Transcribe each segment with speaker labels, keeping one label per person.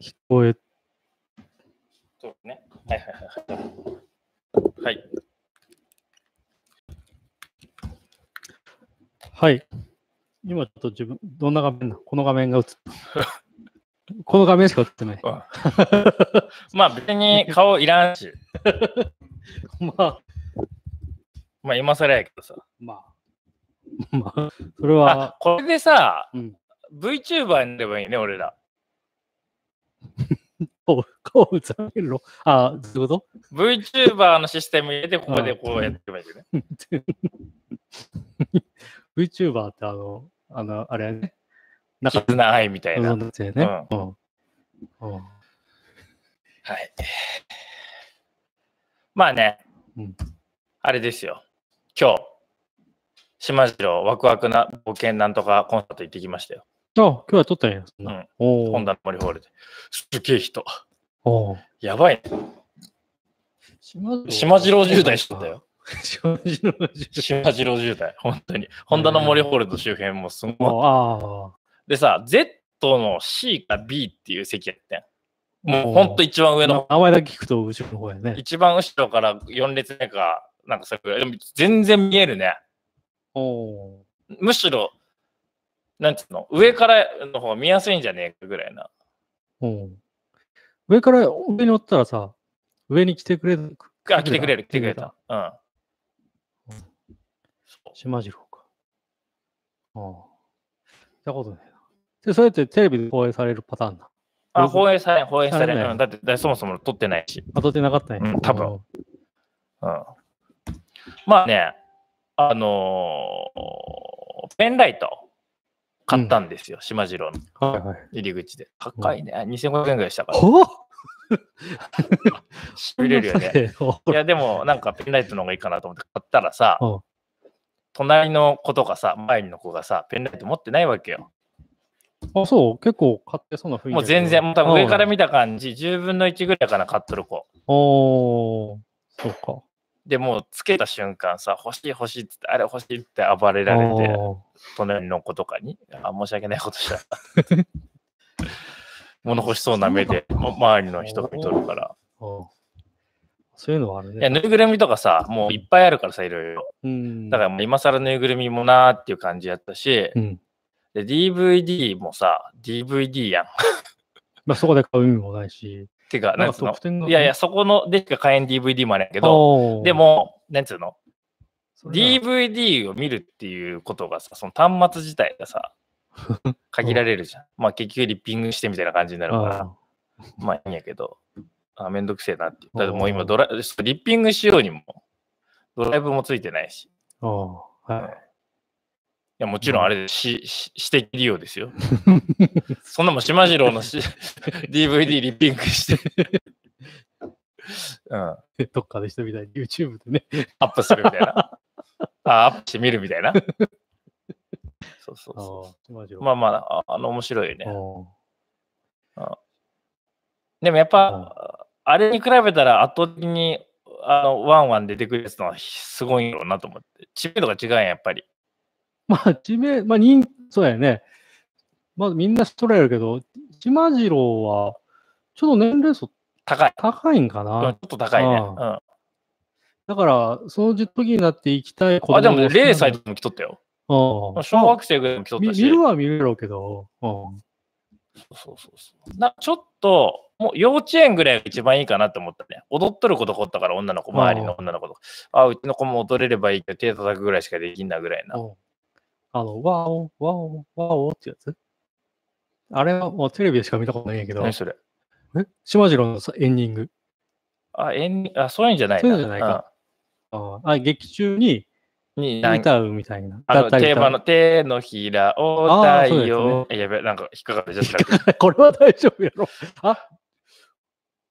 Speaker 1: 聞こえ、
Speaker 2: そうですね。はいはいはいはい。はい。
Speaker 1: はい。今ちょっと自分、どんな画面だこの画面が映っ この画面しか映ってない。
Speaker 2: まあ別に顔いらんし、
Speaker 1: まあ、
Speaker 2: まあ今更やけどさ。
Speaker 1: まあ、 まあ、それは
Speaker 2: あ、、これでさ、
Speaker 1: うん
Speaker 2: VTuber になればいいね、俺ら。
Speaker 1: 顔顔映られるのあ、どういうこと
Speaker 2: VTuber のシステム入れて、ここでこうやってればいいよね。
Speaker 1: ?VTuber ってあの、あの、あれね。なんか、
Speaker 2: 絆愛みたいな。
Speaker 1: そ
Speaker 2: は
Speaker 1: ん
Speaker 2: い。
Speaker 1: なやつやね。うん。うん
Speaker 2: まあね、
Speaker 1: うん
Speaker 2: あれですよ。今日、島次郎ワクワクな冒険なんとかコンサート行ってきましたよ。
Speaker 1: あ、今日は撮ったんや。そん
Speaker 2: うん
Speaker 1: なお
Speaker 2: 本
Speaker 1: ー
Speaker 2: 田の森ホールで。すげえ人。
Speaker 1: おー。
Speaker 2: やばいね。島次郎10代してたよ。。
Speaker 1: 島次郎10代。
Speaker 2: 島次郎10代。本当に。本田の森ホールド周辺もすごい。
Speaker 1: あ
Speaker 2: でさ、Z の C か B っていう席やったやん。もうほんと一番
Speaker 1: あ。
Speaker 2: 上の
Speaker 1: 名前だけ聞くと後ろの方やね。
Speaker 2: 一番後ろから4列目か、なんかそれぐらい。でも全然見えるね。
Speaker 1: おお
Speaker 2: むしろ、なんつうの、上からの方が見やすいんじゃねえかぐらいな。
Speaker 1: ー。うん上から上に乗ったらさ、上に来てくれる。
Speaker 2: あ、来てくれる、来てくれた。うん。
Speaker 1: 島次郎か。ああ。行ったことないな。で、それってテレビで放映されるパターンだ。
Speaker 2: あ、放映されん、放映されん。
Speaker 1: されない
Speaker 2: うんだって、だってそもそも撮ってないし。
Speaker 1: 当たってなかったね。
Speaker 2: うん多分うん。まあね、あのーペンライト買ったんですよ、島次郎の
Speaker 1: うん。はいはい。
Speaker 2: 入り口で。高いね、2500円ぐらいしたから。
Speaker 1: ほ
Speaker 2: しびれるよね。 いや、でも、なんかペンライトの方がいいかなと思って買ったらさ
Speaker 1: うん、
Speaker 2: 隣の子とかさ、前の子がさ、ペンライト持ってないわけよ。
Speaker 1: あ、そう。結構買ってそうな雰囲気。
Speaker 2: もう全然、もう多分上から
Speaker 1: 見
Speaker 2: 見た感じ、10分の1ぐらいかな、買っとる子。
Speaker 1: おー。そうか。
Speaker 2: で、もうつけた瞬間さ、欲しい欲しいって言って、あれ欲しいって暴れられて、
Speaker 1: あー
Speaker 2: 隣の子とかに、あ、申し訳ないことした。 物欲しそうな目で、ま周りの人が見とるから。
Speaker 1: うんそういうのはある
Speaker 2: いや、
Speaker 1: ね。
Speaker 2: ぬいぐるみとかさ、もういっぱいあるからさ、いろいろ。
Speaker 1: うん
Speaker 2: だからもう今更ぬいぐるみもなーっていう感じやったし、
Speaker 1: うん。
Speaker 2: で DVD もさ、DVD やん。
Speaker 1: まあ、そこで買う意味もないし。
Speaker 2: てか、なんかその
Speaker 1: 特、典が
Speaker 2: いやいや、、そこのでしか買えん DVD もあるんやけど、
Speaker 1: ど
Speaker 2: で、も、なんつうの、
Speaker 1: それなら
Speaker 2: DVD を見るっていうことがさ、その端末自体が さ、限られるじゃん。まあ結局リッピングしてみたいな感じになるから、
Speaker 1: あ
Speaker 2: まあいいんやけど、あめんどくせえなっていう。だってもう
Speaker 1: う
Speaker 2: 今
Speaker 1: ん
Speaker 2: ドラ、ちょっとリッピングしようにも、ドライブもついてないし、い
Speaker 1: あああはい
Speaker 2: やもちろんあれでし、し私的利用です よ。そんなもん島次郎のし DVD リッピングして、うん、ア
Speaker 1: でどっかで人みたい に YouTube で ね。
Speaker 2: ップするみたい な。あアップして見るみたいな。そうそう
Speaker 1: あ
Speaker 2: そう。
Speaker 1: あマジで
Speaker 2: まあまあ、ああの、面白いよね。
Speaker 1: うん
Speaker 2: でもやっぱ、あれに比べたら圧倒的に、あの、ワンワン出てくるやつのはすごいんやろうなと思って。知名度が違うんや、やっぱり。
Speaker 1: まあ、地名、まあ、人、そうやね。まあ、みんな知っとられるけど、島次郎は、ちょっと年齢層
Speaker 2: 高い。
Speaker 1: 高いんか
Speaker 2: うんちょ
Speaker 1: な。
Speaker 2: っと高いね。
Speaker 1: あ
Speaker 2: うん
Speaker 1: だから、その時になって行きたい子
Speaker 2: あ、でも0歳
Speaker 1: と
Speaker 2: とかも来とったよ。
Speaker 1: か
Speaker 2: 小学生ぐらいも来とっ
Speaker 1: 見
Speaker 2: た
Speaker 1: 見
Speaker 2: し。
Speaker 1: るは見るやろうけど、うん
Speaker 2: そうそうそう。なんかちょっと、もう幼稚園ぐらいが一番いいかなと思ったね。踊っとる子とこおったから、女の子、周りの女の子とか。あ、うちの子も踊れればいいけど、手叩くぐらいしかできんなぐらいな。
Speaker 1: うんあの、ワオ、ワオ、ワオってやつあれはもうテレビでしか見たことないんやけど、
Speaker 2: 何それ。
Speaker 1: え島次郎のさエンディング。
Speaker 2: あ、えんあそういうんじゃない
Speaker 1: そういうんじゃないか。ああ劇中に
Speaker 2: うんに、なん
Speaker 1: 歌うみたいな。
Speaker 2: あ
Speaker 1: だ
Speaker 2: の、
Speaker 1: ったり
Speaker 2: テーマの手のひらを
Speaker 1: あー
Speaker 2: 太陽
Speaker 1: そ。
Speaker 2: えやべ、なんか引っかかってちゃっ た。
Speaker 1: これは大丈夫やろ。 あ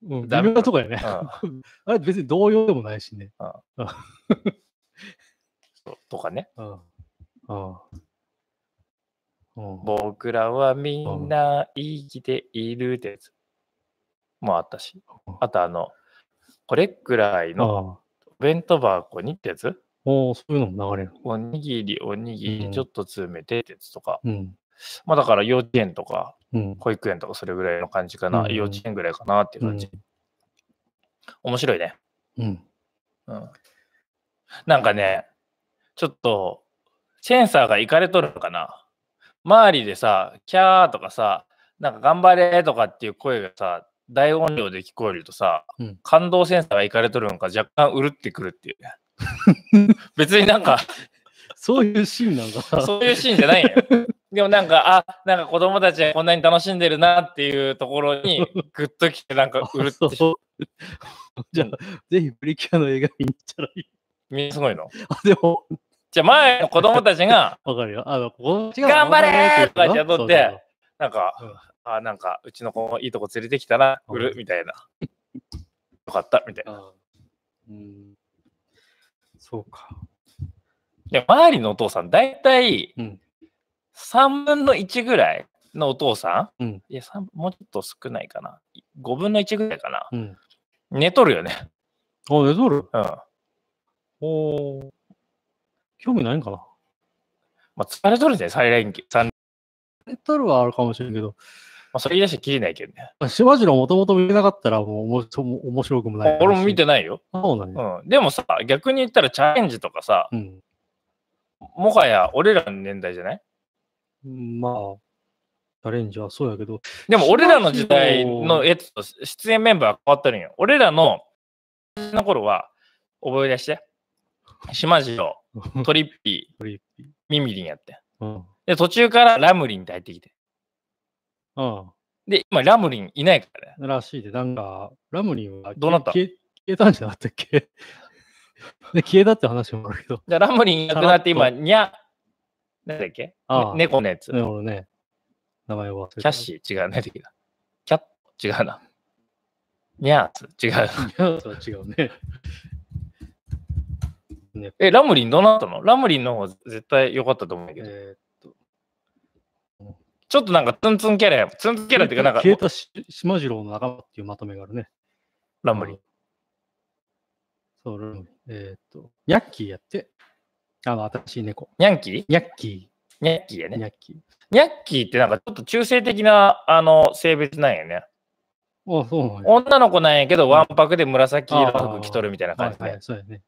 Speaker 1: うん、
Speaker 2: ダ
Speaker 1: 微
Speaker 2: メ
Speaker 1: 妙なとこやね。
Speaker 2: うん
Speaker 1: あれ別に同様でもないしね。
Speaker 2: そうとか ね。
Speaker 1: うん。うん。うん
Speaker 2: 僕らはみんな生きているってやつもあったし
Speaker 1: うん。
Speaker 2: あとあの、これくらいの
Speaker 1: ああ
Speaker 2: お弁当箱にってやつ
Speaker 1: おーそういうのも流れる。
Speaker 2: おにぎり、おにぎ
Speaker 1: うん
Speaker 2: り、ちょっと詰めてってやつとか。
Speaker 1: うん。
Speaker 2: まあだから幼稚園とか
Speaker 1: うん。
Speaker 2: 保育園とかそれぐらいの感じかな、
Speaker 1: うん
Speaker 2: 幼稚園ぐらいかなっていう感じ。面白いね。
Speaker 1: うん。
Speaker 2: うん。なんかね、ちょっと、センサーがいかれとるのかな。周りでさ、キャーとかさ、なんか頑張れとかっていう声がさ、大音量で聞こえるとさ、
Speaker 1: うん
Speaker 2: 感動センサーがいかれとるのか若干うるってく るっていうね。別になんか、
Speaker 1: そういうシーンなんか。
Speaker 2: そういうシーンじゃな いよ。でもなんか、あ、なんか子供たちがこんなに楽しんでるなっていうとこ ろに、グッときて、なんかうるってし、
Speaker 1: そう じゃあ、ぜひプリキュアの映画見に行ったらいい。
Speaker 2: みんなすごいの。
Speaker 1: あ、でも、
Speaker 2: じゃあ前の子供たちが、
Speaker 1: わかるよ。あの、こっち
Speaker 2: 頑張れーとか言ってやっとって
Speaker 1: そうそう
Speaker 2: なんか、
Speaker 1: うん
Speaker 2: あなんかうちの子いいとこ連れてきたな、
Speaker 1: うん
Speaker 2: 売るみたいな。よかったみたいな。
Speaker 1: そううん。そうか。
Speaker 2: で、周りのお父さん、大体
Speaker 1: うん
Speaker 2: 3分の1ぐらいのお父さん、
Speaker 1: うん
Speaker 2: いや、三もうちょっと少ないかな。5分の1ぐらいかな。
Speaker 1: うん。
Speaker 2: 寝とるよね。
Speaker 1: あ、寝とる。
Speaker 2: うん。
Speaker 1: おー興味ないんかな。
Speaker 2: まあ、疲れとるね、最連休。三ま
Speaker 1: 寝とるはあるかもしれんけど、
Speaker 2: あ、それ言い出してきりないけどね。
Speaker 1: まあ島次郎もともと見れなかったらもうおもし面白くもない。
Speaker 2: 俺も見。てないよ。
Speaker 1: そうなんや。
Speaker 2: うん。でもさ、逆に言ったらチャレンジとかさ、
Speaker 1: うん。
Speaker 2: もはや俺らの年代じゃない
Speaker 1: まあ、チャレンジはそうやけど、
Speaker 2: でも俺らの時代のやつと出演メンバーが変わってるんよ。俺らの昔の頃は覚え出して。島 次郎、トリッピー、
Speaker 1: トリッピー。
Speaker 2: ミミリンやって。
Speaker 1: うん。うん。
Speaker 2: で、途中からラムリンって入ってきて。で、今ラムリンいないからね。
Speaker 1: らしいで、なんか、ラムリンは
Speaker 2: どうなった
Speaker 1: 消え消えたんじゃなかったっけ で消えたって話もあるけど。
Speaker 2: じゃあラムリンいなくなって今、にゃ、なんだっけ
Speaker 1: ああ
Speaker 2: ね猫のやつ。
Speaker 1: ね、俺ね、名前は忘れ
Speaker 2: キ
Speaker 1: た。
Speaker 2: ャッシー違うね。的なキャット違うな。にゃーつ違
Speaker 1: キ
Speaker 2: う。
Speaker 1: ャッシ ーは違うね。
Speaker 2: え、ラムリンどうなったのラムリンの方が絶対良かったと思うんだけど。
Speaker 1: えー
Speaker 2: ちょっとなんかツンツンキャラや。ツンツンキャラっていうかなんか
Speaker 1: 消えたし島次郎の仲間っていうまとめがあるね。
Speaker 2: ラムリン。
Speaker 1: そう、ラムリン。えーっと、ニャッキーやって。あの、新しい猫。
Speaker 2: ニャンキー
Speaker 1: ニャッキ
Speaker 2: ニャッキーや
Speaker 1: ー。ニ
Speaker 2: ね。
Speaker 1: ャッキ
Speaker 2: ニャッキーってなんかちょっと中性的なあの性別なんやね。
Speaker 1: ー。あ、そうなんや。
Speaker 2: 女の子なんやけど、わんぱくで紫色の服着とるみたいな感じ
Speaker 1: はいは
Speaker 2: で
Speaker 1: い、。そうやね。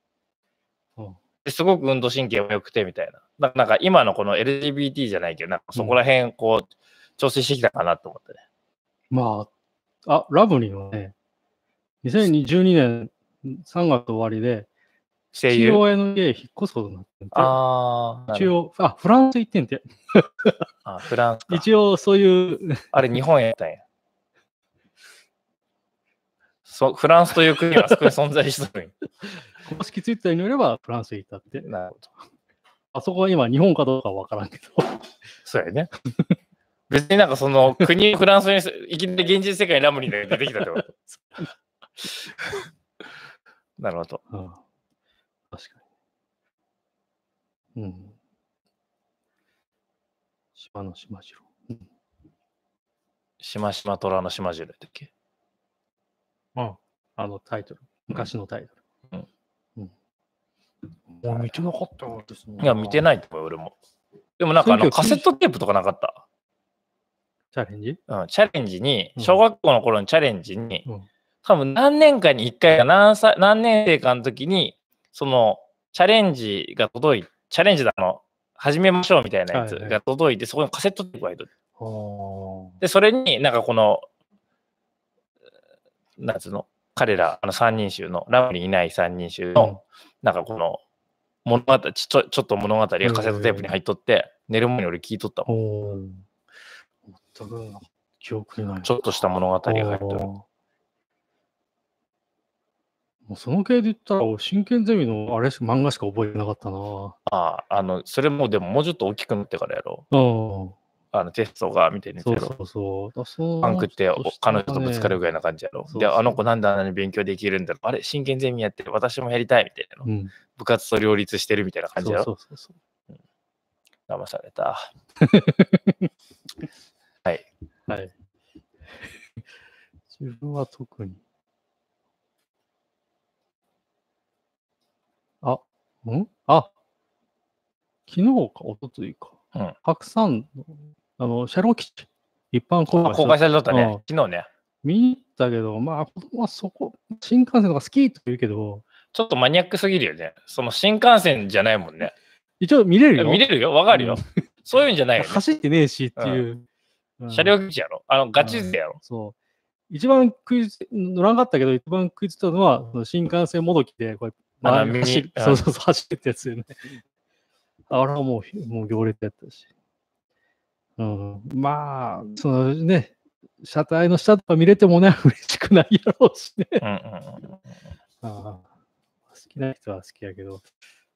Speaker 1: うん
Speaker 2: ですごく運動神経も良くてみたいな。だからなんか今のこの LGBT じゃないけど、なんかそこら辺こう、調整してきたかなと思ってね。
Speaker 1: まあ、あ、ラブリンはね、2012年3月終わりで、
Speaker 2: 声
Speaker 1: 中
Speaker 2: 優。
Speaker 1: 央への家へ引っ越すことになってんて
Speaker 2: ああ、
Speaker 1: 中央、あ、フランス行ってんて。
Speaker 2: あフランスか。
Speaker 1: 一応、そういう、
Speaker 2: あれ日本やったんや。そフランスという国はそこに存在しとるんや
Speaker 1: 公式ツイッターによれば、フランスへ行ったって。
Speaker 2: なるほど。
Speaker 1: あそこは今、日本かどうかはわからんけど。
Speaker 2: そうやね。別になんかその国をフランスにすいきなり現実世界にラムリンが出てきたってこと。なるほど。
Speaker 1: うん確かに。うん。島の島次郎。
Speaker 2: しましま虎の島じゅだったっけ
Speaker 1: うん。あのタイトル。昔のタイトル。うん。もう見てなかったですね
Speaker 2: いや、見てないと思う、俺も。でもなんかあの
Speaker 1: 1990
Speaker 2: カセットテープとかなかった。
Speaker 1: チャレンジ
Speaker 2: うん、チャレンジに、
Speaker 1: うん
Speaker 2: 小学校の頃のチャレンジに、
Speaker 1: うん
Speaker 2: 多分何年かに1回か何歳、何年生かの時に、そのチャレンジが届いチャレンジだあの、始めましょうみたいなやつ
Speaker 1: はいはい
Speaker 2: が届いて、そこにカセットテープが入っとって
Speaker 1: お
Speaker 2: で、それになんかこの、なんつうの、彼ら、あの三人衆の、ラムリンいない三人衆の、なんかこの、物語ちょ、ちょっと物語がカセットテープに入っとって、寝る前に俺聞いとったもん。
Speaker 1: おー。全くなんか記憶にない。
Speaker 2: ちょっとした物語が入っと
Speaker 1: おー
Speaker 2: る。
Speaker 1: もうその系で言ったら、俺真剣ゼミのあれし漫画しか覚えてなかったな。
Speaker 2: ああ、あの、それもでももうちょっと大きくなってからやろ
Speaker 1: うん。
Speaker 2: う。あの、テストが見て寝て
Speaker 1: そう
Speaker 2: ろ。
Speaker 1: そうそう。あそ
Speaker 2: パンクってお彼女とぶつかる
Speaker 1: ぐ
Speaker 2: ぐらいな感じやろ
Speaker 1: そう。そう
Speaker 2: で、あの子なんであんなに勉強できるんだろう。あれ、真剣ゼミやってる。私もやりたいみたいなの。
Speaker 1: らい。うん。
Speaker 2: 部活と両立してるみたいな感じ
Speaker 1: そ
Speaker 2: や
Speaker 1: う
Speaker 2: ろ。
Speaker 1: そうそうそう。
Speaker 2: 騙された。はい。
Speaker 1: はい。自分は特に。あ、んあ、昨日か、一昨日か。
Speaker 2: うん
Speaker 1: 白山の、あの、車両基地、一般公
Speaker 2: あ公
Speaker 1: 開
Speaker 2: 開されとった
Speaker 1: うん
Speaker 2: ね。昨日ね。
Speaker 1: 見に行ったけど、まあ、子供はそこ、新幹線とか好きと言うけど、
Speaker 2: ちょっとマニアックすぎるよね。その新幹線じゃないもんね。
Speaker 1: 一応見れるよ。
Speaker 2: 見れるよ。わかるよ。そういうんじゃないよね。
Speaker 1: 走ってねえしっていう。 うん
Speaker 2: 車両基地やろ。あの、ガチ勢やろ。
Speaker 1: そう。一番食いつ、乗らんかったけど、一番食いついたのは、その新幹線もどきで、これ、
Speaker 2: ま
Speaker 1: 前
Speaker 2: あ
Speaker 1: に
Speaker 2: 右
Speaker 1: 走る
Speaker 2: うん
Speaker 1: そうそうそう、走ってたやつよね。あれはもう、もう行列やったし。うん、まあ、そのね、車体の下とか見れてもね、 嬉しくないやろうしね。
Speaker 2: うんうんうん。
Speaker 1: ああ好きな人は好きやけど、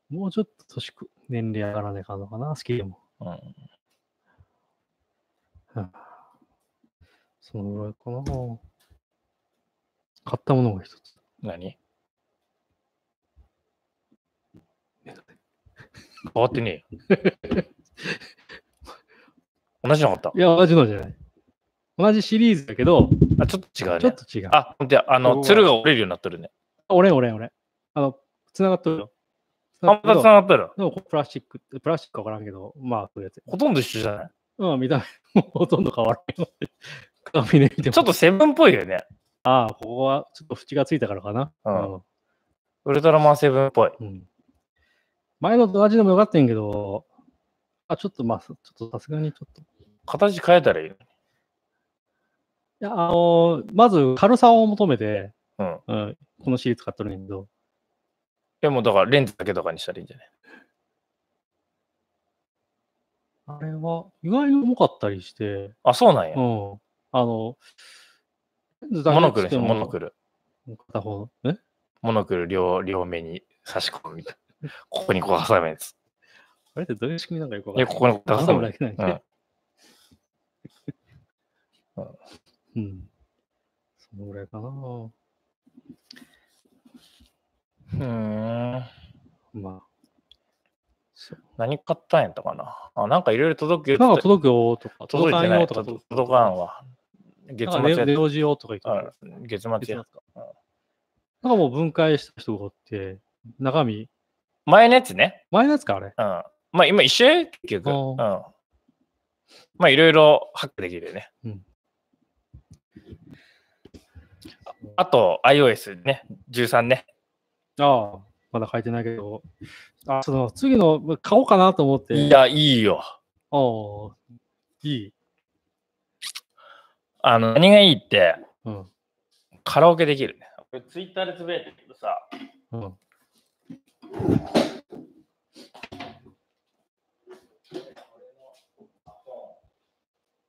Speaker 1: もうちょっと年く、年齢上がらないかんのかな、好きでも。
Speaker 2: うん
Speaker 1: うんそのぐらいかな。買ったものが一つ。
Speaker 2: 何
Speaker 1: メガネ
Speaker 2: 変わってねえ よ。同じなかった
Speaker 1: いや、同じのじゃない。同じシリーズだけど、
Speaker 2: あ、ちょっと違うね。
Speaker 1: ちょっと違う。あ、
Speaker 2: あ、ほんとやあ
Speaker 1: ここ
Speaker 2: の、
Speaker 1: が
Speaker 2: 鶴が折れるようになっとるね。
Speaker 1: 俺、俺、俺。あの、つながっとるよ。
Speaker 2: あんまた
Speaker 1: つ
Speaker 2: つ
Speaker 1: な
Speaker 2: な
Speaker 1: がっ
Speaker 2: がったら、
Speaker 1: とるよでもこうプラスチックって、プラスチックかわからんけど、まあ、こういうやつ。
Speaker 2: ほとんど一緒じゃない
Speaker 1: うん、見た目も ほとんど変わらないので、鏡で見ても。
Speaker 2: ちょっとセブンっぽいよね。
Speaker 1: ああ、ここはちょっと縁がついたからかな。
Speaker 2: うんウルトラマンセブンっぽい。
Speaker 1: うん前のと同じでもよかったんやけど、あ、ちょっとまあ、ちょっとさすがにちょっと。い
Speaker 2: 形変えたらいいの。
Speaker 1: や、あのーまず軽さを求めて、
Speaker 2: うん。
Speaker 1: うん、このシリーズ買っとるんやけど、
Speaker 2: でもだからレンズだけとかにしたらいいんじゃない
Speaker 1: あれは意外に重かったりして、
Speaker 2: あ、そうなんや
Speaker 1: う。ん。あの、
Speaker 2: モノクルでしょ、モ
Speaker 1: モ
Speaker 2: ノ
Speaker 1: ノク
Speaker 2: クル。
Speaker 1: ル。片方の。え
Speaker 2: モノクル両両目に差し込むみたいな。ここにこう挟むやつ。
Speaker 1: あれってどういう仕組みなんかよくわか
Speaker 2: で、
Speaker 1: んない。
Speaker 2: ここにこう挟
Speaker 1: 挟む
Speaker 2: む
Speaker 1: だ。けなん
Speaker 2: うん
Speaker 1: で。うん。そのぐらいかな。
Speaker 2: うーん。
Speaker 1: ま
Speaker 2: 何買ったんやったかなあ、なんかいろいろ届く
Speaker 1: あ。
Speaker 2: よ
Speaker 1: なんか届くよとか、
Speaker 2: 届いて
Speaker 1: かん
Speaker 2: な
Speaker 1: よ
Speaker 2: い。
Speaker 1: とか、
Speaker 2: 届かんわ。月
Speaker 1: な
Speaker 2: 末
Speaker 1: んか
Speaker 2: や
Speaker 1: レレオジオとか言ってたけど
Speaker 2: うん月
Speaker 1: 別
Speaker 2: 末
Speaker 1: なん
Speaker 2: や
Speaker 1: ですかなんかもう分解した人がおって、中身、
Speaker 2: 前のやつね。
Speaker 1: 前のやつか、あれ。
Speaker 2: うん。まあ今一緒や結局。
Speaker 1: あ
Speaker 2: う
Speaker 1: ー
Speaker 2: ん。まあいろいろハックできるよね。
Speaker 1: うん
Speaker 2: ああと iOS ね。13ね。
Speaker 1: ああ、まだ書いてないけど、あその次の買おうかなと思って、
Speaker 2: いや、いいよ。
Speaker 1: ああ、いい。
Speaker 2: あの、何がいいって、
Speaker 1: うん。
Speaker 2: カラオケできるね。これツイッターでつぶやいてるけどさ、
Speaker 1: うん、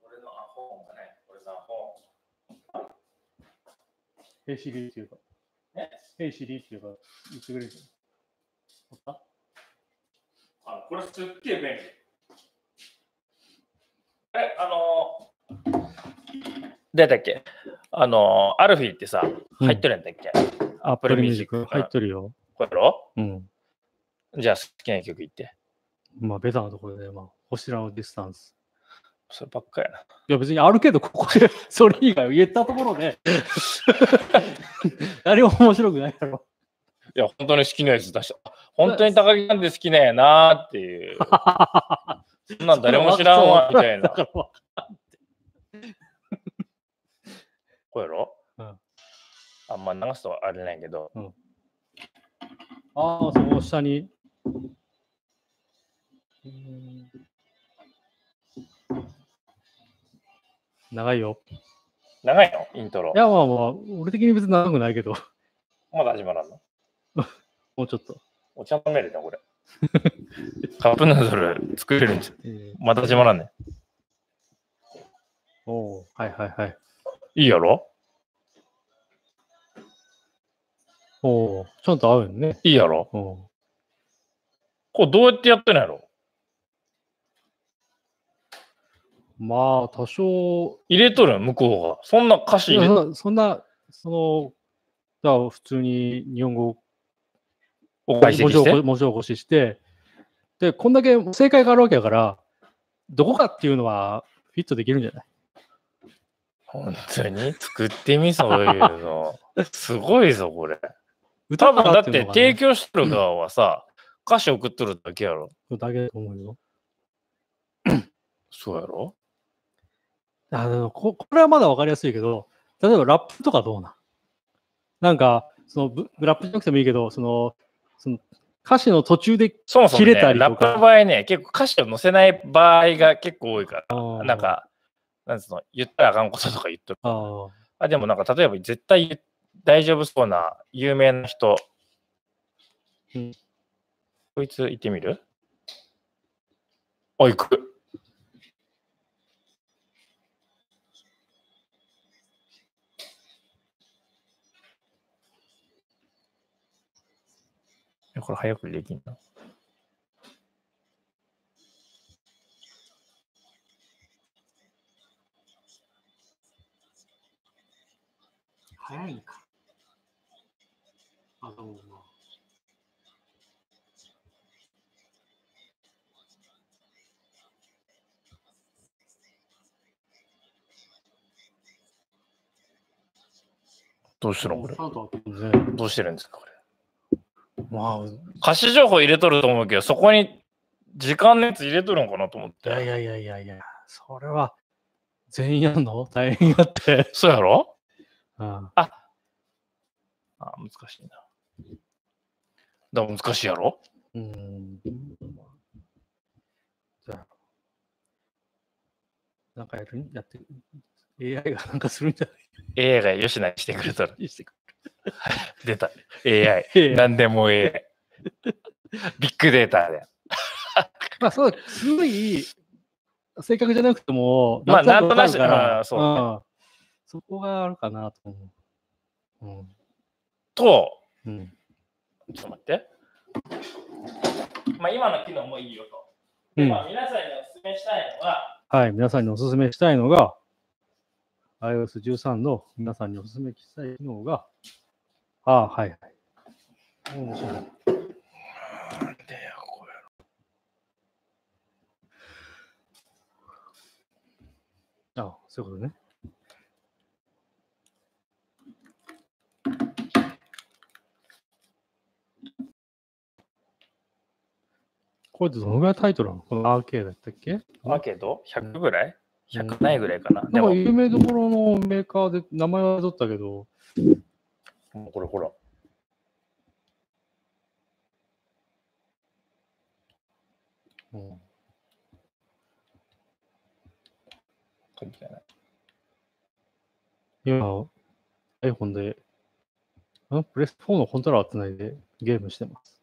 Speaker 2: 俺のアホンがね、俺のアホン。
Speaker 1: ヘイシリーっていうか、
Speaker 2: え
Speaker 1: ヘイシリーっていうか、言ってくれる
Speaker 2: あこれすっげえ便利。え、あのー、出たっけあのー、アルフィーってさ、入ってるんだっけ、
Speaker 1: アップ
Speaker 2: Apple
Speaker 1: ルミュージック
Speaker 2: Music
Speaker 1: 入っとるよ。
Speaker 2: これやろ
Speaker 1: うん。
Speaker 2: じゃあ好きな曲言って。
Speaker 1: まあ、ベタなところで、まあ、星らのディスタンス。
Speaker 2: そればっかやな。
Speaker 1: いや、別にあるけど、ここで、 それ以外を言ったところ で、あれは面白くないやろ。
Speaker 2: いや、本当に好きなやつ出した。本当に高木なんて好きなんやなーっていう。そんなん誰も知らんわ、みた いな
Speaker 1: だ。から
Speaker 2: これやろ
Speaker 1: うん
Speaker 2: あんま流すとあれないけど。
Speaker 1: ああ、その下に。長いよ。
Speaker 2: 長いのイントロ
Speaker 1: い。や、まあまあ、俺的に別に長くないけど、
Speaker 2: まだ始まらんの
Speaker 1: もうちょっと。
Speaker 2: お茶飲めるね、これ。カップヌードル作れるんじゃん。また始まらんね。
Speaker 1: おおはいはいはい。
Speaker 2: いいやろ
Speaker 1: おおちゃんと合うよね。
Speaker 2: いいやろ
Speaker 1: おお
Speaker 2: これどうやってやってんのやろ
Speaker 1: まあ、多少、
Speaker 2: 入れとるん向こうが。そんな歌詞
Speaker 1: い
Speaker 2: 入れ
Speaker 1: や
Speaker 2: とる。
Speaker 1: そんなそんな、その、じゃあ普通に日本語
Speaker 2: お
Speaker 1: 文
Speaker 2: 解
Speaker 1: 字
Speaker 2: 析
Speaker 1: を
Speaker 2: して。
Speaker 1: 文字起こしして、で、こんだけ正解があるわけだから、どこかっていうのはフィットできるんじゃない
Speaker 2: 本当に作ってみ、そういうの。すごいぞ、これ。
Speaker 1: 歌
Speaker 2: 多
Speaker 1: か
Speaker 2: 分
Speaker 1: らっ
Speaker 2: だ ってて提供しとる側はさ、歌詞送っとるだけやろ。
Speaker 1: 供だけだと思うよ。
Speaker 2: そうやろ
Speaker 1: あのここれはまだわかりやすいけど、例えばラップとかどうなんなんか、そのブラップじゃなくてもいいけど、その、その歌詞の途中で
Speaker 2: そもそも、
Speaker 1: 切
Speaker 2: ね、
Speaker 1: れたりとか
Speaker 2: ラップの場合ね、結構歌詞を載せない場合が結構多いから、
Speaker 1: あー
Speaker 2: なん、か、なんつうの、言ったらあかんこととか言っとる。
Speaker 1: あー
Speaker 2: あ、でもなんか、例えば絶対言う大丈夫そうな有名な人、
Speaker 1: うん
Speaker 2: こいつ行ってみるお、行く。えこれ早くできんな。
Speaker 1: 早いんか。あのまあ
Speaker 2: どうしてるのこれ。
Speaker 1: サウンドは飛んで
Speaker 2: どうしてるんですか、これ。まあ、歌詞情報入れとると思うけど、そこに時間のやつ入れとるんかなと思っ
Speaker 1: いやい
Speaker 2: て。
Speaker 1: やいやいやいや、それは全員やんの大変やって。
Speaker 2: そうやろ
Speaker 1: うん、
Speaker 2: あ難しいな。だから難しいやろ
Speaker 1: うん。じゃあ、なんかやるんやって、AI がなんかするんじゃ
Speaker 2: ?AI がよしなにしてくれたら
Speaker 1: ないしてく
Speaker 2: 出た。AI。
Speaker 1: れ
Speaker 2: 何でも AI。ビッグデータで。
Speaker 1: まあ、そう、すごい、正確じゃなくても、
Speaker 2: まあ
Speaker 1: わかる
Speaker 2: なんとなくうんそうね
Speaker 1: んそこがあるかなと思
Speaker 2: と、
Speaker 1: う。うん。うん。
Speaker 2: ちょっと待って。まあ今の機能もいいよと。
Speaker 1: う
Speaker 2: で
Speaker 1: ん
Speaker 2: まあ皆さんにお勧めしたいのは、
Speaker 1: はい、皆さんにお勧めしたいのが、iOS13 の皆さんにお勧めしたい機能が、ああ、はいはい。うんそうだ
Speaker 2: なんでやこれ。
Speaker 1: ああそういうことね。これってどのぐらいタイトルなのこのアーケードやったっけ
Speaker 2: だけど、100ぐらい ?100 ないぐらいかな。で
Speaker 1: なん
Speaker 2: も
Speaker 1: か、有名どころのメーカーで名前は取ったけど、
Speaker 2: もうこれほら。
Speaker 1: うん
Speaker 2: 関係ない
Speaker 1: 今、iPhone で、あプレス4のコントローラーつないでゲームしてます。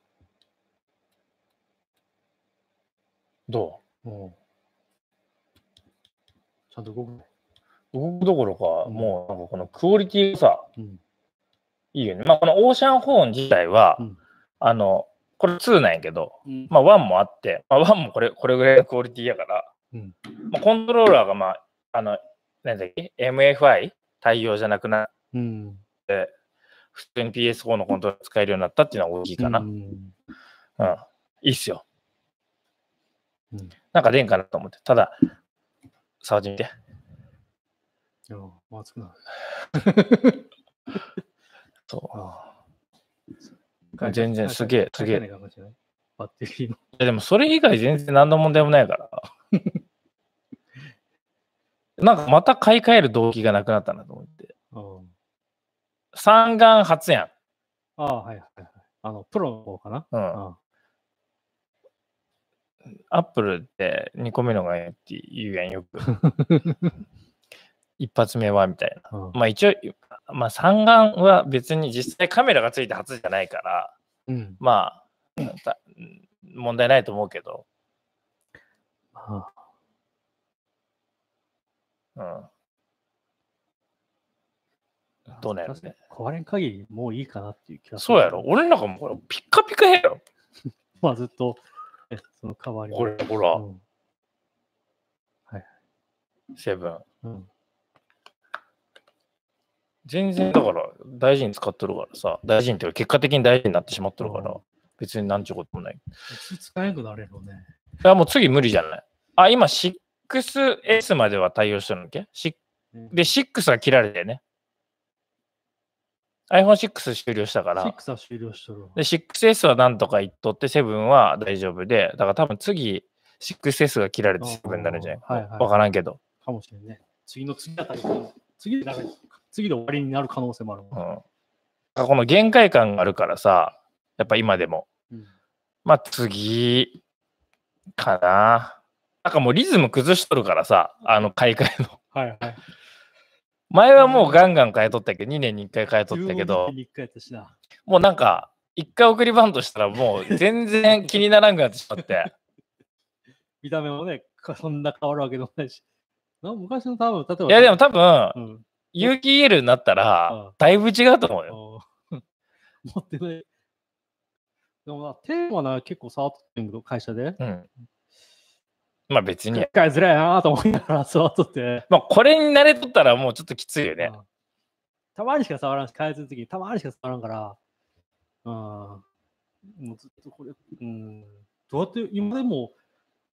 Speaker 2: ど
Speaker 1: うんちゃんと動くね。
Speaker 2: う動くどころか、もうなんかこのクオリティがさ、
Speaker 1: うん
Speaker 2: いいよね。まあ、このオーシャンホーン自体は、
Speaker 1: うん
Speaker 2: あの、これ2なんやけど、まあ1もあって、まあ1もこれ、これぐらいのクオリティやから、
Speaker 1: うん
Speaker 2: まあコントローラーがまあ、あの、なんだっけ、MFI 対応じゃなくなっ
Speaker 1: うん。
Speaker 2: て、普通に PS4 のコントローラー使えるようになったっていうのは大きいかな。
Speaker 1: う
Speaker 2: うん。
Speaker 1: ん
Speaker 2: いいっすよ。
Speaker 1: うん
Speaker 2: なんか出んかなと思って、ただ、触ってみて。
Speaker 1: いや、まあ、少ない。
Speaker 2: そう。全然すげえ、すげえ。
Speaker 1: え。バッテリーの。
Speaker 2: いやでもそれ以外全然何の問題もな いから。なんかまた買い替える動機がなくなったなと思って。
Speaker 1: うん
Speaker 2: 三眼初や
Speaker 1: ああ、はいはいはい。あの、プロの方かな。
Speaker 2: ん。うん。
Speaker 1: あ
Speaker 2: アップルって2個目のがええって言うやんよ く。一発目はみたいな。
Speaker 1: あ
Speaker 2: まあ一応、まあ三眼は別に実際カメラがついて初じゃないから、
Speaker 1: うん。
Speaker 2: まあ、た問題ないと思うけど。
Speaker 1: ああ
Speaker 2: うん。どうなんやろね
Speaker 1: 確かに壊れん限り、もういいかなっていう気がする
Speaker 2: そうやろ。俺なんかもうこれピッカピカやろ。
Speaker 1: まあ、ずっと、えその変わりは
Speaker 2: これ、ほら、
Speaker 1: うん
Speaker 2: セブン。
Speaker 1: うん。
Speaker 2: 全然だから大事に使っとるからさ、大事にっていうか結果的に大事になってしまっとるから
Speaker 1: うん、
Speaker 2: 別になんちゅうこともない。
Speaker 1: 使えなくなれるよね。
Speaker 2: いやもう次無理じゃない。あ、今 6S までは対応してるんだっけしで、6は切られてね。iPhone6 終了したから、
Speaker 1: 6は終了しとるわ。
Speaker 2: で、6S はなんとか言っとって、7は大丈夫で、だから多分次、6S が切られて7になるんじゃないか
Speaker 1: あー
Speaker 2: な。
Speaker 1: はいはい
Speaker 2: わからんけど。
Speaker 1: かもしれんね。次の次あたりから、次で長い次で終わりになる可能性もあるもん
Speaker 2: う
Speaker 1: ね。
Speaker 2: ん、この限界感があるからさ、やっぱ今でも、
Speaker 1: うん
Speaker 2: まあ次かな。なんかもうリズム崩しとるからさ、あの買い替えの。
Speaker 1: はいはい。
Speaker 2: 前はもうガンガン変えとったけど、2年に1回変えとったけ
Speaker 1: 15
Speaker 2: ど
Speaker 1: 年、に一回やったしな。
Speaker 2: もうなんか、1回送りバントしたらも う全然気にならんくなってしまって。
Speaker 1: 見た目もね、かそんな変わるわけでもないし。な昔の多分、例えば。
Speaker 2: いやでも多分、
Speaker 1: うん、うん
Speaker 2: 有機 EL になった
Speaker 1: うん
Speaker 2: ら、だいぶ違うと思うよ。
Speaker 1: 持ってない。でもな、テーマな結構触っとってんけど、会社で。
Speaker 2: うん。まあ別に
Speaker 1: 一。回ずらやなと思いながら触っとって。
Speaker 2: まあこれに慣れとったらもうちょっときついよね。
Speaker 1: うんたまにしか触らんし、開発の時にたまにしか触らんから。うん。もうずっとこれ、うん。どうやって、今でも、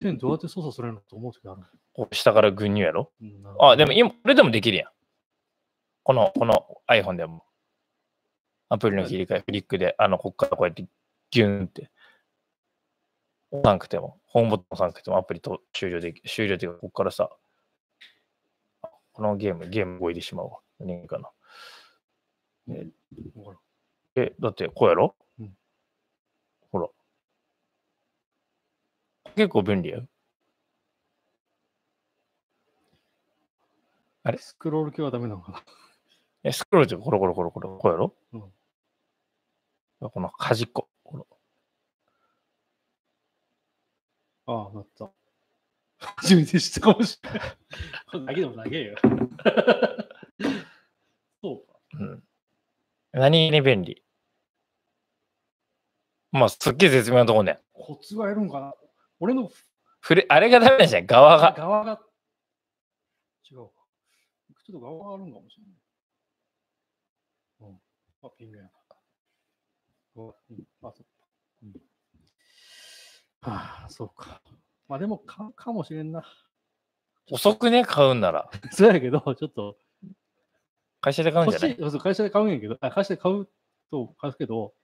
Speaker 1: テンどうやって操作するのと思う時ある
Speaker 2: こう下から群入やろ。
Speaker 1: うんなんか
Speaker 2: あ、でも今、これでもできるやん。この、この iPhone でも。アプリの切り替え、フリックで、あの、こっからこうやってギューンって。押さなくても、ホームボタン押さなくてもアプリと終了でき、終了っていうか、こっからさ、このゲーム、ゲーム動いてしまうわ。何かな。
Speaker 1: わからん
Speaker 2: え、だってこうやろ、
Speaker 1: うん
Speaker 2: ほら。結構便利やよ。あれ
Speaker 1: スクロール系はダメなのかな
Speaker 2: え、スクロールしてコロコロコロコロ、こうやろ、
Speaker 1: うん
Speaker 2: この端っこ。この
Speaker 1: ああ、なった。初めて知ったかもしれない。これだけでも投げよ。そうか。
Speaker 2: うん、何に便利まあ、すっげえ絶妙なとこね。
Speaker 1: コツはいるんかな俺の
Speaker 2: 触れ、あれがダメなんじゃん。側が。
Speaker 1: 側が。違うか。ちょっと側があるんかもしれない。うん。あ、ピングやな。おうん、あ、そっか。うん。はあ、そうか。まあでもか、かもしれんな。
Speaker 2: 遅くね、買うんなら。
Speaker 1: そうやけど、ちょっと。
Speaker 2: 会社で買うんじ
Speaker 1: 欲
Speaker 2: ゃな
Speaker 1: し
Speaker 2: い
Speaker 1: いそう会社で買うんやけど、あ会社で買うと買うけど、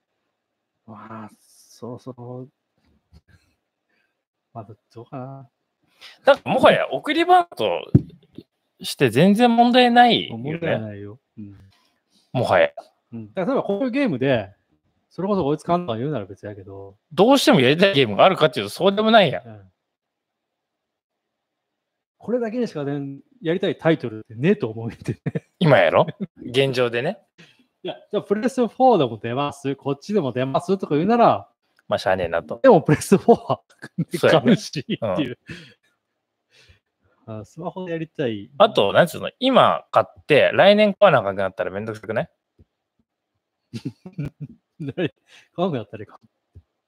Speaker 1: まあ、そろそろ、まあ、どうかな。
Speaker 2: なんかもはや送りバントして全然問題ないよ
Speaker 1: 問題
Speaker 2: ね。
Speaker 1: ないよ。うん。
Speaker 2: もはや。
Speaker 1: うん、だから例えばこういうゲームで、それこそ追いつかんとか言うなら別やけど、
Speaker 2: どうしてもやりたいゲームがあるかっていうとそうでもないやん。
Speaker 1: うんこれだけでしかね、やりたいタイトルってねえと思うって。
Speaker 2: 今やろ現状でね。
Speaker 1: いや、じゃあプレス4でも出ます、こっちでも出ますとか言うなら、
Speaker 2: まあしゃあねえなと。
Speaker 1: でもプレス4は
Speaker 2: そうやね
Speaker 1: 買うしっていう。あスマホでやりたい。
Speaker 2: あと、なんつうの、今買って来年買わなあかんくなったらめんどくさくない
Speaker 1: 誰、買わなくなったりか。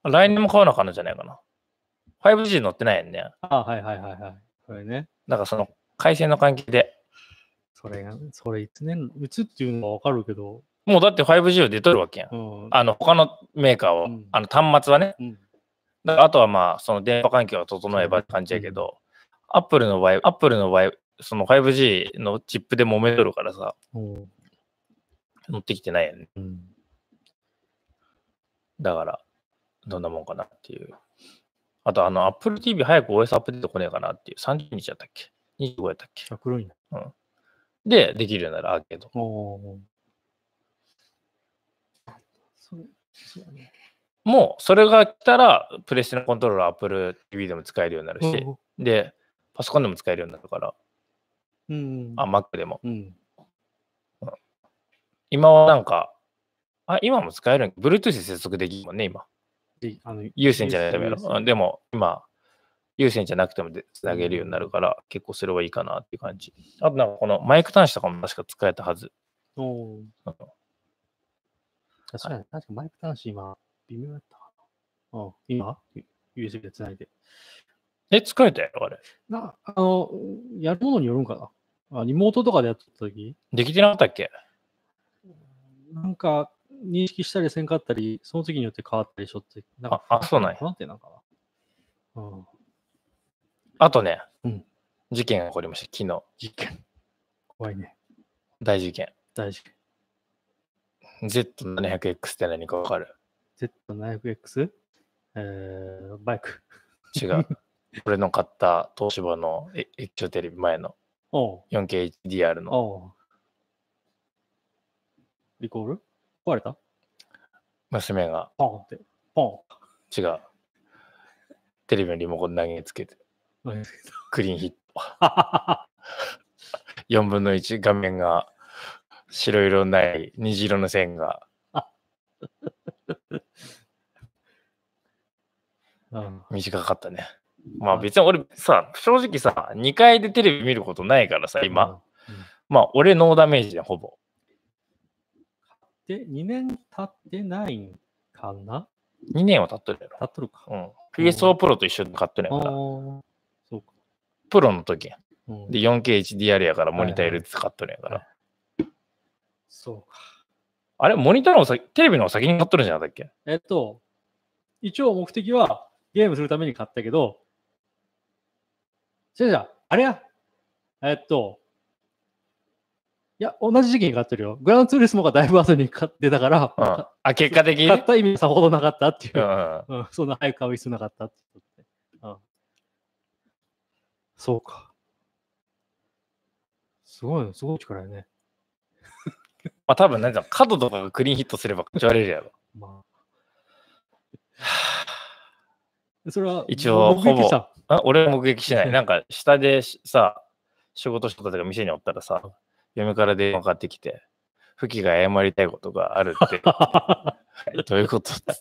Speaker 2: 来年も買わなあかんのじゃないかな。5G 乗ってないやんね。
Speaker 1: あはいはいはいはい。これね。
Speaker 2: なんかその回線の関係で。
Speaker 1: それが、それいつ年、うつっていうのはわかるけど、
Speaker 2: もうだって 5G は出とるわけやん
Speaker 1: う。ん。
Speaker 2: あの他のメーカーを、
Speaker 1: うん
Speaker 2: あの端末はね。
Speaker 1: うん、
Speaker 2: だからあとはまあ、その電波環境を整えばって感じやけど、アップルの場合、アップルの場合、その 5G のチップで揉めとるからさ、
Speaker 1: うん。
Speaker 2: 乗ってきてないやんね。
Speaker 1: うん。
Speaker 2: だから、どんなもんかなっていう。あと、あの、Apple TV 早く OS アップデート来ねえかなっていう。30日やったっけ ?25 やったっけ
Speaker 1: あ黒いな。
Speaker 2: で、できるようにならアーケード。
Speaker 1: おお。それ、そうだね。
Speaker 2: もう、それが来たら、プレステのコントローラー Apple TV でも使えるようになるし、
Speaker 1: う
Speaker 2: で、パソコンでも使えるようになるから、
Speaker 1: ん。
Speaker 2: あ、Mac でも。
Speaker 1: うん。
Speaker 2: 今はなんか、あ、今も使えるん Bluetooth 接続できるもんね、今。
Speaker 1: で、あの、
Speaker 2: 有線じゃないとダメやろ。うん
Speaker 1: で、
Speaker 2: でも、今、有線じゃなくてもでつなげるようになるから、結構それはいいかなっていう感じ。あと、なんかこのマイク端子とかも確か使えたはず。
Speaker 1: おお。
Speaker 2: うん
Speaker 1: そうやね。確かマイク端子今、微妙だったかな。うん。今、U- USB でつないで。
Speaker 2: え、疲れたよ、あれ。
Speaker 1: な、あの、やるものによるんかな。あリモートとかでやっとった時
Speaker 2: できてなかったっけ
Speaker 1: なんか、認識したりせんかったり、その時によって変わったりしょって、なん
Speaker 2: あ
Speaker 1: か、
Speaker 2: あ、そうなんや。
Speaker 1: 不安定なんかな。うん。
Speaker 2: あとね、
Speaker 1: うん
Speaker 2: 事件が起こりました、昨日。
Speaker 1: 事件。怖いね。
Speaker 2: 大事件。
Speaker 1: 大事件。
Speaker 2: Z700X って何かわかる
Speaker 1: Z700X? えー、バイク。
Speaker 2: 違う。俺の買った東芝のえ液晶テレビ前の。
Speaker 1: おう
Speaker 2: 4KHDR の。
Speaker 1: おうリコール壊れた
Speaker 2: 娘が
Speaker 1: ポンって。ポ
Speaker 2: 違う。テレビのリモコン投げつけて、
Speaker 1: ン。
Speaker 2: クリーンヒット。4分の1画面が白色のない虹色の線が
Speaker 1: うん
Speaker 2: 短かったね。まあ別に俺さ、正直さ、2階でテレビ見ることないからさ、今。まあ俺ノーダメージでほぼ。
Speaker 1: うん。で、2年経ってないんかな
Speaker 2: 2年は経っとるやろ。
Speaker 1: 経っとるか。
Speaker 2: うん。PSO プロと一緒に買っとる
Speaker 1: あ
Speaker 2: や
Speaker 1: あ
Speaker 2: んから。
Speaker 1: ー、そうか。
Speaker 2: プロの時やん。
Speaker 1: うん
Speaker 2: で、4KHDR やからモニター入れて使っとるやんから。
Speaker 1: はいそうか。
Speaker 2: あれ、モニターのさテレビの先に買っとるんじゃなかったっけ
Speaker 1: えっと、一応目的はゲームするために買ったけど、じゃじゃあれや、えっと、いや、同じ時期に買ってるよ。グランツーリスモがだいぶ後に買ってたから、
Speaker 2: う ん。
Speaker 1: か
Speaker 2: あ、結果的に
Speaker 1: 買った意味さほどなかったっていうう。
Speaker 2: んうん。
Speaker 1: うん、そんな早く買う必要なかったってことで。うん。そうか。すごいね、すごい力やね。
Speaker 2: まあ多分、なんだろう角とかがクリーンヒットすれば勝ち割れるやろ。
Speaker 1: まあ。それは、
Speaker 2: 一応
Speaker 1: 目撃者
Speaker 2: あ俺は目撃して ない。なんか、下でしさ、仕事してたとか店におったらさ、嫁から電話かかってきて、フキが謝りたいことがある って、どういうことって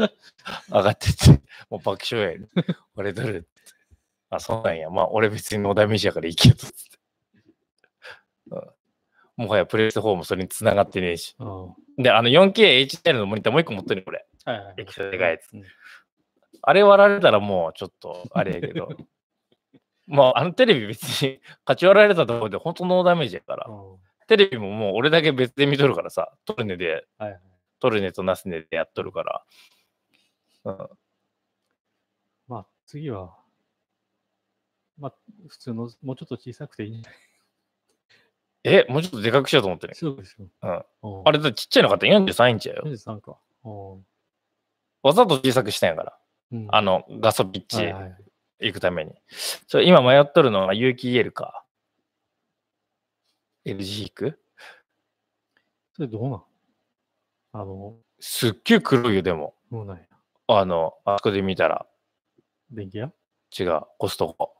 Speaker 2: 上がってって、もう爆笑やね。俺どれあ、そうなんや。まあ、俺別にノーダメージやからいいけど、つって。うんもはやプレステ4もそれに繋がってねえし。
Speaker 1: うん。は
Speaker 2: で、あの 4KHL のモニターもう一個持ってるこれ。
Speaker 1: いはい。
Speaker 2: 液晶でかいやつ
Speaker 1: うん
Speaker 2: あれ割られたらもうちょっとあれやけ ど。まあ、あのテレビ別に 勝ち割られたところで本当ノーダメージやから、
Speaker 1: うん
Speaker 2: テレビももう俺だけ別で見とるからさ、トルネで、
Speaker 1: はいはい。
Speaker 2: トルネとナスネでやっとるから。うん、
Speaker 1: まあ、次は、まあ、普通の、もうちょっと小さくていいんじゃない
Speaker 2: え、もうちょっとでかくしようと思ってね。
Speaker 1: そうですよ。
Speaker 2: うん
Speaker 1: うん。
Speaker 2: あれだってちっちゃいの買ったら43インチやよ。
Speaker 1: ?23 か。うん
Speaker 2: わざと小さくしたんやから。
Speaker 1: うん。
Speaker 2: あの、ガソピッ
Speaker 1: はい
Speaker 2: チ
Speaker 1: はい
Speaker 2: 行くために。そう今迷っとるのは有機 EL か。LG 行く
Speaker 1: それどうなんあの、
Speaker 2: すっげえ黒いよ、でも。
Speaker 1: どうなんや。
Speaker 2: あの、あそこで見たら。
Speaker 1: 電気屋
Speaker 2: 違う、コストコ。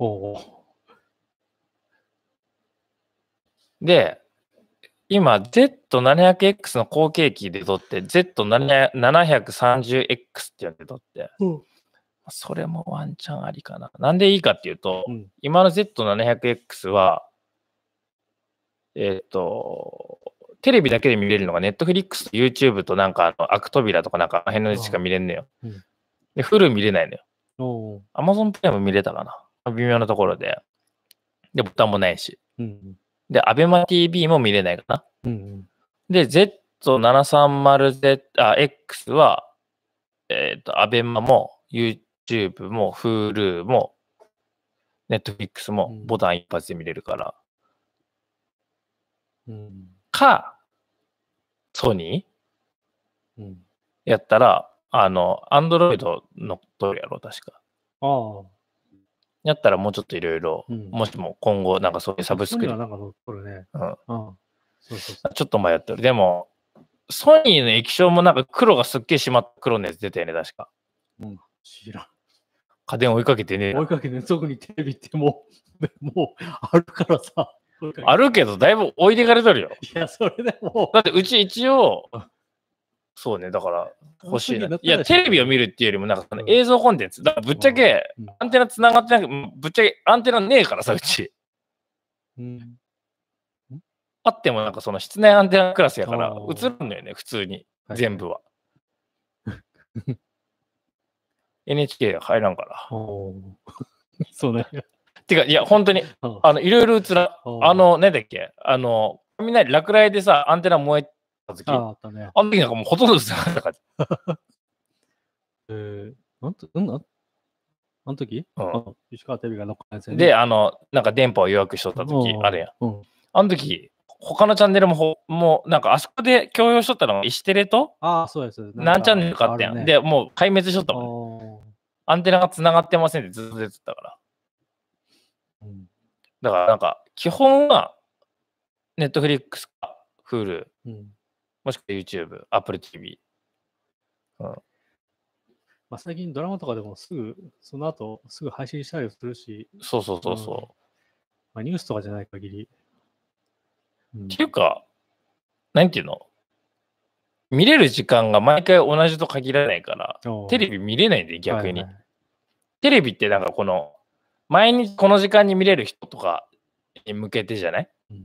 Speaker 1: おお
Speaker 2: で、今、Z700X の後継機で撮って、Z730X っていうので撮って、
Speaker 1: う。うん。
Speaker 2: それもワンチャンありかな。なんでいいかっていうと、
Speaker 1: うん
Speaker 2: 今の Z700X は、えっ、と、テレビだけで見れるのが Netflix と YouTube となんかあの、アクトビラとかなんか、あの辺のしか見れんのよ。
Speaker 1: うん
Speaker 2: で、フル見れないのよ。
Speaker 1: おう
Speaker 2: Amazon プライム見れたかな。微妙なところで。で、ボタンもないし。
Speaker 1: うん。
Speaker 2: で、ABEMATV も見れないかな。
Speaker 1: うん。
Speaker 2: で、Z730Z、あ、X は、えっ、と、アベマも、YouTube も、Hulu も、Netflix
Speaker 1: う
Speaker 2: も
Speaker 1: ん
Speaker 2: ボタン一発で見れるから。
Speaker 1: うん。
Speaker 2: か、ソニ
Speaker 1: うん。
Speaker 2: ーやったら、あの、Android のとやろ、確か。
Speaker 1: ああ。
Speaker 2: やったらもうちょっといろいろ、
Speaker 1: うん
Speaker 2: もしも今後、なんかそういうサブスク
Speaker 1: そういう
Speaker 2: に
Speaker 1: のはなんか乗っとるね。
Speaker 2: うん
Speaker 1: うん。そうそうそう。
Speaker 2: ちょっと迷ってる。でも、ソニーの液晶もなんか黒がすっげえ締まった黒のやつ出たよね、確か。
Speaker 1: 知らん。
Speaker 2: 家電追いかけてねえな
Speaker 1: 追いかけて、特にテレビってもう、 もう、あるからさ。追いかけて
Speaker 2: あるけど、だいぶ置いてかれとるよ。
Speaker 1: いや、それでも
Speaker 2: だって、うち一応、そうね、だから、
Speaker 1: う、
Speaker 2: 欲しいな。
Speaker 1: 本
Speaker 2: い
Speaker 1: 当に
Speaker 2: や、テレビを見るっていうよりも、なんかその映像コンテンツ。だからぶっちゃけ、
Speaker 1: うん
Speaker 2: アンテナ繋がってなくぶっちゃけアンテナねえからさ、うち。
Speaker 1: うん。
Speaker 2: あっても、なんかその室内アンテナクラスやから
Speaker 1: あ、ー
Speaker 2: 映るんだよね、普通に。
Speaker 1: はい
Speaker 2: 全部は。NHK が入らんから。
Speaker 1: おーそうね。
Speaker 2: てか、いや、本当に、
Speaker 1: うん
Speaker 2: あの、いろいろ映らん。
Speaker 1: おー
Speaker 2: あ、の、なんだっけ、あの、雷、落雷でさ、アンテナ燃えた時
Speaker 1: あ
Speaker 2: あ
Speaker 1: あったね。
Speaker 2: の時なんかもうほとんど映らなかったから。
Speaker 1: えー、なんと、うん、ああの時
Speaker 2: うん
Speaker 1: あ石川テレビが乗っかったやつやね
Speaker 2: で、、あの、なんか電波を予約しとった時
Speaker 1: うん
Speaker 2: あるやん。。
Speaker 1: うん。
Speaker 2: あの時、他のチャンネルもほ、もう、なんかあそこで共用しとったのが、石テレと
Speaker 1: ああ、そうです。なんか
Speaker 2: 何チャンネルかあったやん。、で、もう壊滅しとった
Speaker 1: あ
Speaker 2: もん。
Speaker 1: ー
Speaker 2: アンテナが繋がってませんってずっと出てたから。
Speaker 1: うん
Speaker 2: だからなんか、基本は、ネットフリックスか、Hulu、
Speaker 1: うん
Speaker 2: もしくは YouTube、Apple TV。うん、
Speaker 1: まあ、最近ドラマとかでもすぐ、その後すぐ配信したりするし、
Speaker 2: そうそうそうそう。
Speaker 1: まあ、ニュースとかじゃない限り。うん
Speaker 2: っていうか、なんていうの見れる時間が毎回同じと限らないから、テレビ見れないんで、逆に。
Speaker 1: はいはい
Speaker 2: テレビってなんかこの、毎日この時間に見れる人とかに向けてじゃない
Speaker 1: うん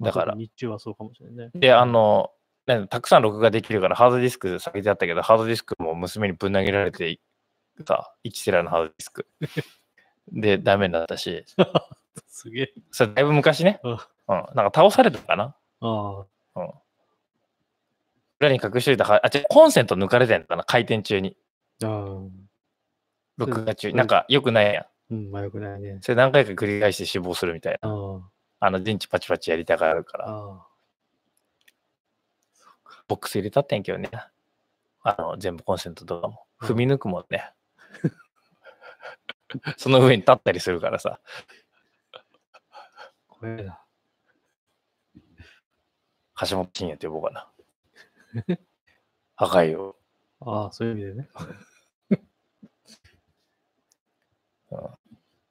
Speaker 2: だから
Speaker 1: まあ日中はそうかもしれないね。
Speaker 2: で、あの、なんだたくさん録画できるからハードディスク下げてあったけど、ハードディスクも娘にぶん投げられてさ、1テラのハードデ ィスク。で、ダメになったし、
Speaker 1: すげえ。
Speaker 2: それだいぶ昔ね。
Speaker 1: うん
Speaker 2: うん。なんか倒されたかな
Speaker 1: ああ、
Speaker 2: うん。裏に隠しといたは、あ、違う、コンセント抜かれてんのかな回転中に。
Speaker 1: あー
Speaker 2: 録画中
Speaker 1: う
Speaker 2: に。
Speaker 1: ん
Speaker 2: なんか、良くないやん。
Speaker 1: うん、まあよくないね。
Speaker 2: それ何回か繰り返して死亡するみたいな。
Speaker 1: あー
Speaker 2: あの、電池パチパチやりたがるから。
Speaker 1: あ
Speaker 2: ボックス入れたってんけどね。あの、全部コンセントとかも。
Speaker 1: うん
Speaker 2: 踏み抜くもんね。 その上に立ったりするからさ。
Speaker 1: ー、怖えな。
Speaker 2: 橋本真也って呼ぼうかな。破壊を。
Speaker 1: ああ、そういう意味で ね。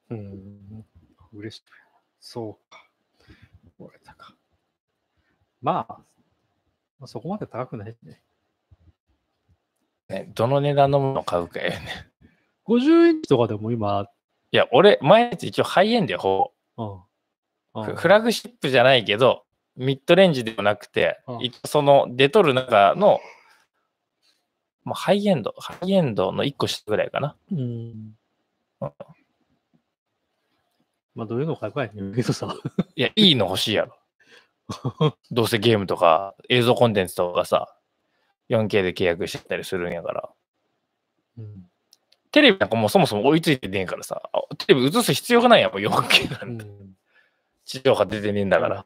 Speaker 1: うん、嬉しい。そうか。折れたか。まあ、まあ、そこまで高くないしね。
Speaker 2: ね、どの値段のものを買うかよね。
Speaker 1: 50インチとかでも今、
Speaker 2: いや、俺、毎日一応ハイエンドよ、ほぼ。
Speaker 1: うん。
Speaker 2: フ
Speaker 1: うん
Speaker 2: フラグシップじゃないけど、ミッドレンジでもなくて
Speaker 1: うん、
Speaker 2: 一応その出とる中の、まあ、ハイエンド、ハイエンドの1個下ぐらいかな。
Speaker 1: うん。まあ、どういうのを買うかやねんけどさ。
Speaker 2: いや、いいの欲しいやろ。 どうせゲームとか映像コンテンツとかさ、4K で契約してたりするんやから。
Speaker 1: うん。
Speaker 2: テレビなんかもうそもそも追いついてねえからさ、あテレビ映す必要がないやん、もう 4K なんて
Speaker 1: うん
Speaker 2: 地上波出てねえんだから。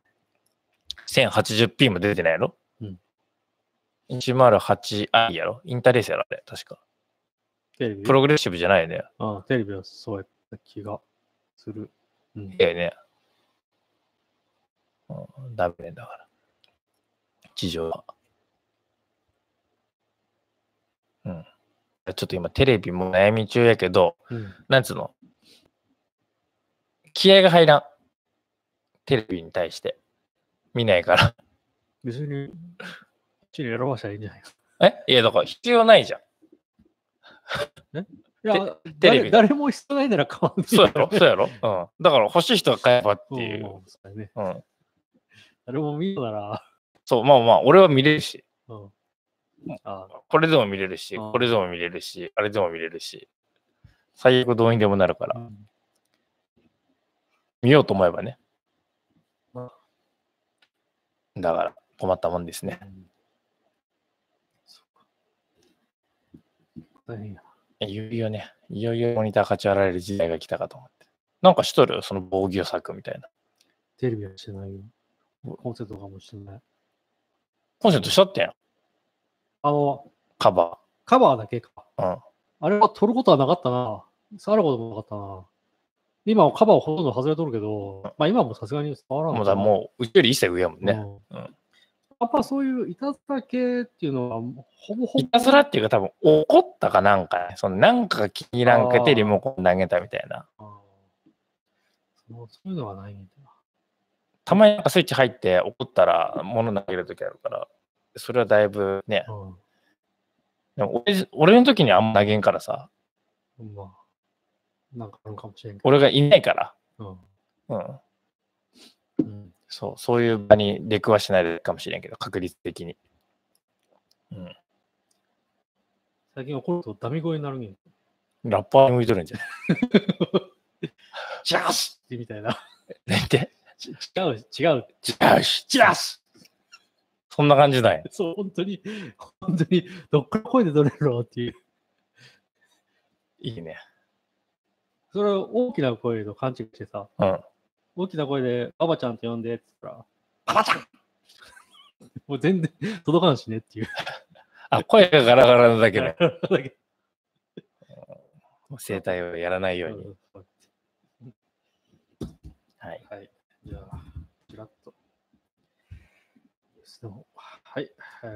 Speaker 2: 1080p も出てないやろ
Speaker 1: うん。
Speaker 2: 108i やろインターレースやろあれ、確か。
Speaker 1: テレビ
Speaker 2: プログレッシブじゃないよね。
Speaker 1: あテレビはそうやった気がする。うん
Speaker 2: だよね。うん、ダメだから。地上は。うん。ちょっと今テレビも悩み中やけど、
Speaker 1: うん
Speaker 2: なんつうの気合が入らん。テレビに対して。見ないから。
Speaker 1: 別に、うちに選ばしたらいいんじゃないですか。
Speaker 2: えいや、だから 必要ないじゃん。
Speaker 1: いや、
Speaker 2: テレビ
Speaker 1: 誰誰も必要ないなら買わんでいい
Speaker 2: そうやろ
Speaker 1: から
Speaker 2: そうやろうん。だから欲しい人が買えばってい
Speaker 1: うん
Speaker 2: う。
Speaker 1: そうやね。
Speaker 2: うん。
Speaker 1: 誰も見るなら、
Speaker 2: そう、まあまあ、俺は見れるし。
Speaker 1: うん。あ
Speaker 2: これでも見れるし、
Speaker 1: うん
Speaker 2: これでも見れるし、あれでも見れるし、最悪動員でもなるから、
Speaker 1: うん
Speaker 2: 見ようと思えばね
Speaker 1: うん。
Speaker 2: だから、困ったもんですね。
Speaker 1: そうか大変や。
Speaker 2: いよいよね、いよいよモニター勝ち割られる時代が来たかと思って。なんかしとるその防御策みたいな。
Speaker 1: テレビはしてないよ。コンセントとかもしてない。
Speaker 2: コンセントしとってん、
Speaker 1: あの、
Speaker 2: カバ
Speaker 1: カバーだけか。
Speaker 2: ー。
Speaker 1: あれは取ることはなかったな。触ることもなかったな。今はカバーをほとんど外れとるけど、まあ今もさすがに触ら
Speaker 2: うん。
Speaker 1: ない。
Speaker 2: もうだ、もう、うちより一切上やもん
Speaker 1: う
Speaker 2: ね。
Speaker 1: ん
Speaker 2: うん
Speaker 1: やっぱそういういたずら系っていうのは、ほぼほぼ
Speaker 2: い、たずらっていうか、多分怒ったかなんかね、そのなんかが気に入らんく
Speaker 1: あー
Speaker 2: てリモコン投げたみたいな。
Speaker 1: そうそういうのはないみたいな。
Speaker 2: たまになんかスイッチ入って怒ったら物投げるときあるから、それはだいぶね、でも俺俺の時にあんま投げんからさ、
Speaker 1: うん。まあ、なんかあるかもしれんけ
Speaker 2: 俺がいないから、
Speaker 1: ど。
Speaker 2: うん、
Speaker 1: うん。うん、
Speaker 2: そう、そういう場に出くわしないでかもしれんけど、確率的に。うん。
Speaker 1: 最近怒るとダミ声になるんやっ
Speaker 2: ラッパーに向いとるんじゃない チラシ
Speaker 1: てみたいな。
Speaker 2: なんて、
Speaker 1: 違う、違う。
Speaker 2: チラシチラシそんな感じなんや。
Speaker 1: そう、本当に、本当に、どっから声で取れるのっていう。
Speaker 2: いいね。
Speaker 1: それを大きな声と勘違いしてさ、
Speaker 2: うん。
Speaker 1: 大きな声で、アバちゃんと呼んでって言ったら、
Speaker 2: パパちゃん
Speaker 1: もう全然届かんしねっていう。
Speaker 2: あ、声がガラガラなだけね。
Speaker 1: だ け
Speaker 2: 声帯をやらないように。
Speaker 1: ど
Speaker 2: はい。
Speaker 1: はい。じゃあ、ちらっと。でもはい、え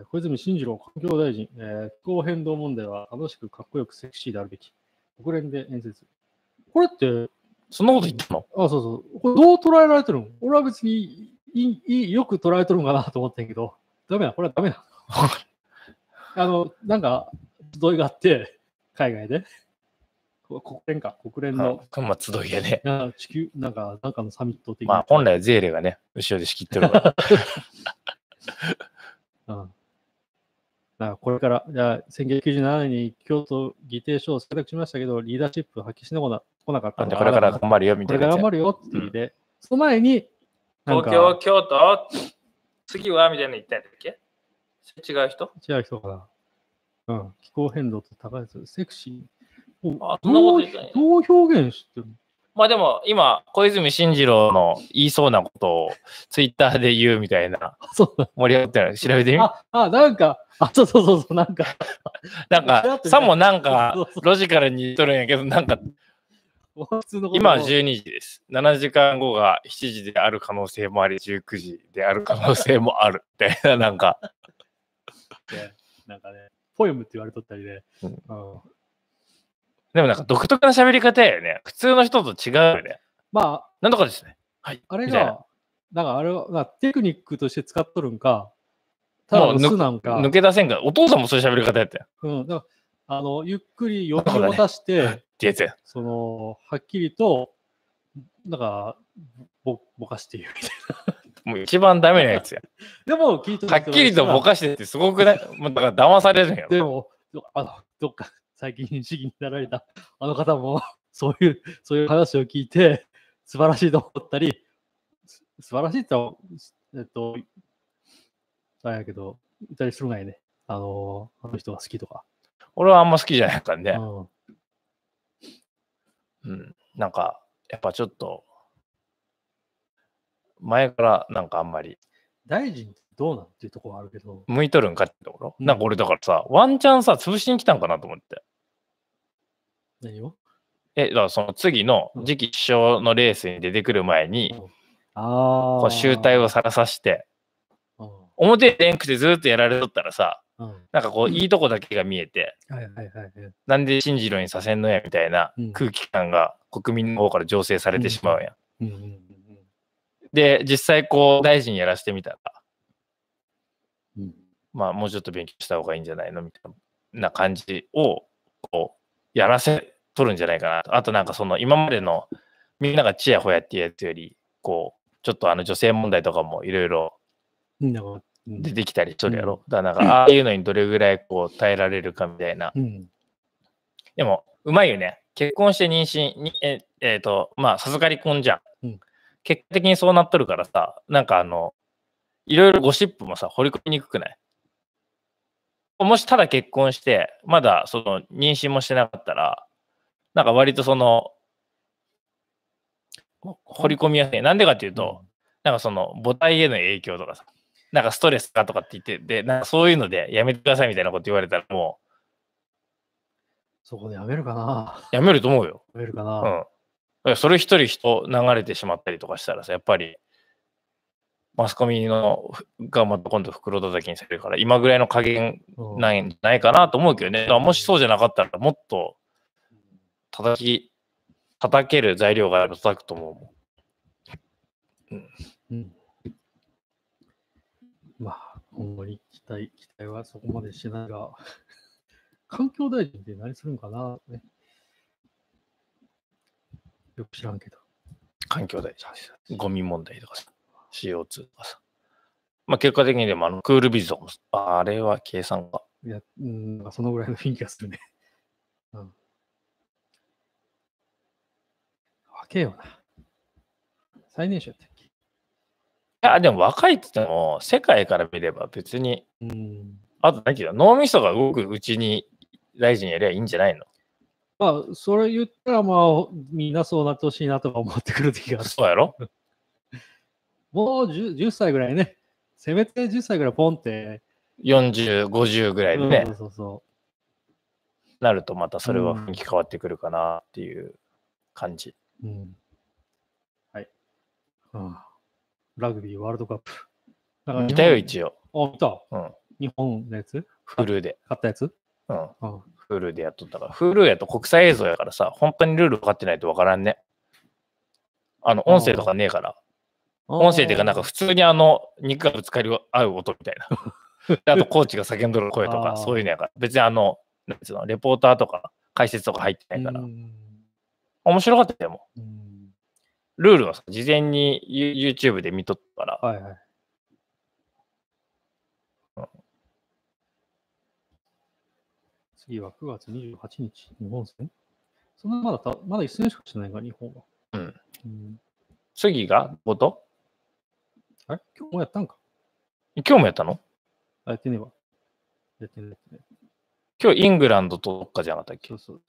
Speaker 1: ー小泉進次郎環境大臣、えー気候変動問題は楽しくかっこよくセクシーであるべき。国連で演説。これって、
Speaker 2: そんなこと言ったの
Speaker 1: あ、そうそう。これどう捉えられてるの俺は別にいいいいよく捉えてるのかなと思ってんけど、ダメだ、これはダメだ。あの、なんか、集いがあって、海外で。こ国連か、国連の、
Speaker 2: あまあ、集いやね。
Speaker 1: な地球、なんか、なんかのサミット的
Speaker 2: まあ
Speaker 1: な。、
Speaker 2: 本来はゼーレがね、後ろで仕切ってる から。
Speaker 1: うんだからこれから、いや1997年に京都議定書を選択しましたけど、リーダーシップ発揮しなこな来なかった
Speaker 2: なん
Speaker 1: ん
Speaker 2: で、
Speaker 1: で、
Speaker 2: これから頑張るよ、み
Speaker 1: こ
Speaker 2: たい
Speaker 1: れ
Speaker 2: な
Speaker 1: から頑
Speaker 2: やつや。
Speaker 1: 張るよって言って、その前に、なん
Speaker 3: 東
Speaker 1: か
Speaker 3: 京、京都、次はみたいなの言ったんだっけ違う人
Speaker 1: 千秋とかな。うん、気候変動と高いやつ、セクシー。お
Speaker 3: あそんなこと
Speaker 1: どう
Speaker 3: 言ってない
Speaker 1: どう表現してる
Speaker 2: まあでも、今、小泉進次郎の言いそうなことを、ツイッターで言うみたいな、
Speaker 1: の そうだ
Speaker 2: 盛り上がってるの調べてみ
Speaker 1: あ、あ、なんか、あ、そうそうそうそう、なんか、
Speaker 2: なん
Speaker 1: ちらっ、
Speaker 2: か
Speaker 1: と見た
Speaker 2: さもなんか
Speaker 1: そうそ、う
Speaker 2: ロジカルに言っとるんやけど、なんか、
Speaker 1: 普通のことを
Speaker 2: 今は12時です。7時間後が7時である可能性もあり、19時である可能性もある。みたいな、なんか、
Speaker 1: ってなんかね、ポエムって言われとったりで、う
Speaker 2: う
Speaker 1: んん、
Speaker 2: でもなんか独特な喋り方やよね。普通の人と違うよね。
Speaker 1: まあ、
Speaker 2: なんとかですね。はい。
Speaker 1: あれ
Speaker 2: みたいな
Speaker 1: が、なんかあれは、まあテクニックとして使っとるんか、ただの
Speaker 2: もう
Speaker 1: 巣なんか、
Speaker 2: 抜け出せんから、お父さんもそういう喋り方やったよ。っ
Speaker 1: うん、だからあのゆっくり読み渡して、
Speaker 2: てやつや。
Speaker 1: その、はっきりと、なんか、ぼぼかして言うみたい
Speaker 2: もう一番ダメなやつや。
Speaker 1: な。でも、聞いて
Speaker 2: はっきりとぼかしてってすごくないもうだから騙されるんや
Speaker 1: で
Speaker 2: ろ。
Speaker 1: も、どあのどっか最近認識になられたあの方も、 そういう、そういう話を聞いて、素晴らしいと思ったり、す素晴らしいと、えっと、あれやけど、いたりするがいね。あの、あの人が好きとか。
Speaker 2: 俺はあんま好きじゃないから
Speaker 1: う
Speaker 2: ね。
Speaker 1: ん、
Speaker 2: うん。なんか、やっぱちょっと、前からなんかあんまり
Speaker 1: 大臣ってどうなんっていうところはあるけど、
Speaker 2: 向いとるんかってところ。なんか俺だからさ、ワンチャンさ、潰しに来たんかなと思って。
Speaker 1: 何を
Speaker 2: え、だからその次の次期首相のレースに出てくる前に、
Speaker 1: あ
Speaker 2: こう集大をさらさして、
Speaker 1: う
Speaker 2: 表でんくてずーっとやられとったらさ、
Speaker 1: ん。うん。
Speaker 2: なんかこう、いいとこだけが見えて、
Speaker 1: はいはいはい。はい
Speaker 2: なんで進次郎にさせんのやみたいな
Speaker 1: うん
Speaker 2: 空気感が国民の方から醸成されてしまうやん。
Speaker 1: うんうんうん
Speaker 2: で、実際こう、大臣やらせてみたら、
Speaker 1: うんうん。
Speaker 2: まあ、もうちょっと勉強した方がいいんじゃないのみたいな感じを、こう、やらせとるんじゃないかなと。あとなんかその、今までの、みんながちやほやっていうやつより、こう、ちょっとあの女性問題とかもいろいろ
Speaker 1: うん。なんかうん
Speaker 2: 出てきたりしとるやろ。だからなんか、ああいうのにどれぐらいこう耐えられるかみたいな。
Speaker 1: うん。
Speaker 2: でも、うまいよね。結婚して妊娠に、ええーと、まあ、授かり婚じゃん。
Speaker 1: うん
Speaker 2: 結果的にそうなっとるからさ、なんかあの、いろいろゴシップもさ、掘り込みにくくないもしただ結婚して、まだその妊娠もしてなかったら、なんか割とその、掘り込みやすい。なんでかっていうと、なんかその母体への影響とかさ、なんかストレスかとかって言って、で、なんかそういうのでやめてくださいみたいなこと言われたら、も
Speaker 1: そこでやめるかな
Speaker 2: うやめると思うよ。
Speaker 1: やめるか
Speaker 2: うん。だ
Speaker 1: な
Speaker 2: からそれ一人人流れてしまったりとかしたらさ、やっぱり、マスコミのふがまた今度袋叩きにされるから、今ぐらいの加減
Speaker 1: うん
Speaker 2: ないんじゃないかなと思うけどね。だからもしそうじゃなかったら、もっと叩き、叩ける材料があれば叩くと思う。
Speaker 1: うんまあ、ほんまに期待、期待はそこまでしてないが、 環境大臣って何するんかな、ね、よく知らんけど。
Speaker 2: 環境大臣。ゴミ問題とかさ、CO2 とかさ。まあ結果的にでも、あの、クールビズとかも、あれは計算が。
Speaker 1: いや、うん、なんかそのぐらいの雰囲気がするね。うん。わけよな。最年少やったっけ
Speaker 2: いや、でも若いって言っても、世界から見れば別に、
Speaker 1: うん。
Speaker 2: あと何て言うの脳みそが動くうちに大臣やりゃいいんじゃないの
Speaker 1: まあ、それ言ったら、まあ、みんなそうなってほしいなとか思ってくる時がある。
Speaker 2: そうやろ
Speaker 1: もう 10, 10歳ぐらいね。せめて10歳ぐらいポンって。
Speaker 2: ?40、50ぐらいでね、
Speaker 1: うんそうそうそ
Speaker 2: なるとまたそれは雰囲気変わってくるかなっていう感じ。
Speaker 1: う。うん、はい。うんラグビーワールドカップ。だ
Speaker 2: 見たよ、
Speaker 1: 日
Speaker 2: 一応。
Speaker 1: 本あ、見た。
Speaker 2: うん
Speaker 1: 日本のやつ
Speaker 2: フルで。
Speaker 1: 買ったやつ
Speaker 2: うん。
Speaker 1: うん。
Speaker 2: フルでやっとったから。フルやと国際映像やからさ、本当にルール分かってないと分からんね。あの、音声とかねえから。音声っていうか、なんか普通にあの、肉がぶつかり合う音みたい な。であと、コーチが叫んどる声と
Speaker 1: あ
Speaker 2: か、
Speaker 1: ー
Speaker 2: そういうのやから。別にあの、なんつうの、レポーターとか解説とか入ってないから。
Speaker 1: うん
Speaker 2: 面白かったよ、も
Speaker 1: うん
Speaker 2: う。ルールはさ事前に You- YouTube で見とったから。
Speaker 1: はいはい。次は9月28日、日本戦そんなまだた、まだ一戦しかしてないから、日本は。
Speaker 2: うん
Speaker 1: うん。
Speaker 2: 次がこと
Speaker 1: あれ今日もやったんか
Speaker 2: 今日もやったの
Speaker 1: あやってねえわ。やってねえやってねえ。
Speaker 2: 今日イングランドとどっかじゃなかったっけ
Speaker 1: そうそう。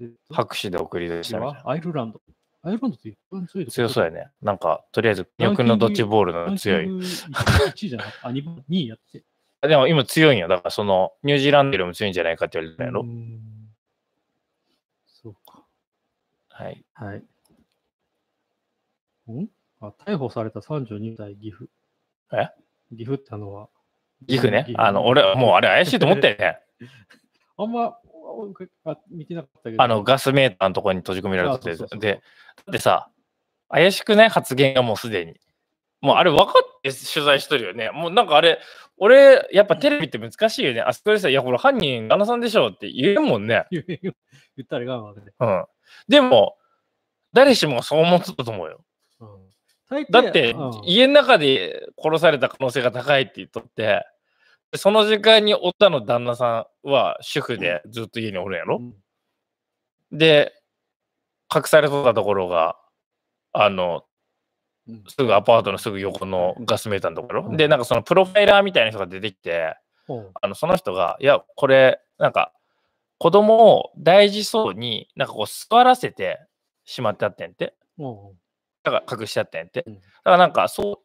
Speaker 1: で
Speaker 2: 拍手で送り出したみたいな。
Speaker 1: アイルランド。アイルランドって一番強いとこ
Speaker 2: 強そうやね。なんか、とりあえず、国君のドッジボールの強い。。
Speaker 1: 1位じゃな くて、あ、2番、2位やって。
Speaker 2: でも今強いんよ。だから、その、ニュージーランドよりも強いんじゃないかって言われたんやろ。
Speaker 1: うんそうか。
Speaker 2: はい。
Speaker 1: はい。んあ逮捕された32歳岐阜。
Speaker 2: え
Speaker 1: 岐阜ってあのは。
Speaker 2: 岐阜ね。あの、俺、もうあれ怪しいと思ったよね。
Speaker 1: あんま、あ見てなかったけど。
Speaker 2: あの、ガスメーターのところに閉じ込められ
Speaker 1: あ
Speaker 2: て
Speaker 1: そうそうそ
Speaker 2: て。
Speaker 1: う
Speaker 2: で、でさ、怪しくない発言がもうすでに。もうあれ分かって取材しとるよね。もうなんかあれ、俺、やっぱテレビって難しいよね。あそこでさ、いや、これ犯人、旦那さんでしょって言えんもんね。
Speaker 1: 言ったらいかんわけで。
Speaker 2: うん。でも、誰しもがそう思ってたと思うよ。
Speaker 1: うん大抵
Speaker 2: だって
Speaker 1: うん、
Speaker 2: 家の中で殺された可能性が高いって言っとって、でその時間におったの旦那さんは主婦でずっと家におるんやろ、
Speaker 1: うん
Speaker 2: で、隠されとったところが、あの、
Speaker 1: うん
Speaker 2: すぐアパートのすぐ横のガスメーターのところ、
Speaker 1: うん
Speaker 2: で、なんかそのプロファイラーみたいな人が出てきて、
Speaker 1: うん
Speaker 2: あのその人が、いや、これ、なんか、子供を大事そうに、なんかこう座らせてしまってあってんって。
Speaker 1: うん
Speaker 2: だから隠しちゃってんって。
Speaker 1: うん
Speaker 2: だからなんかそ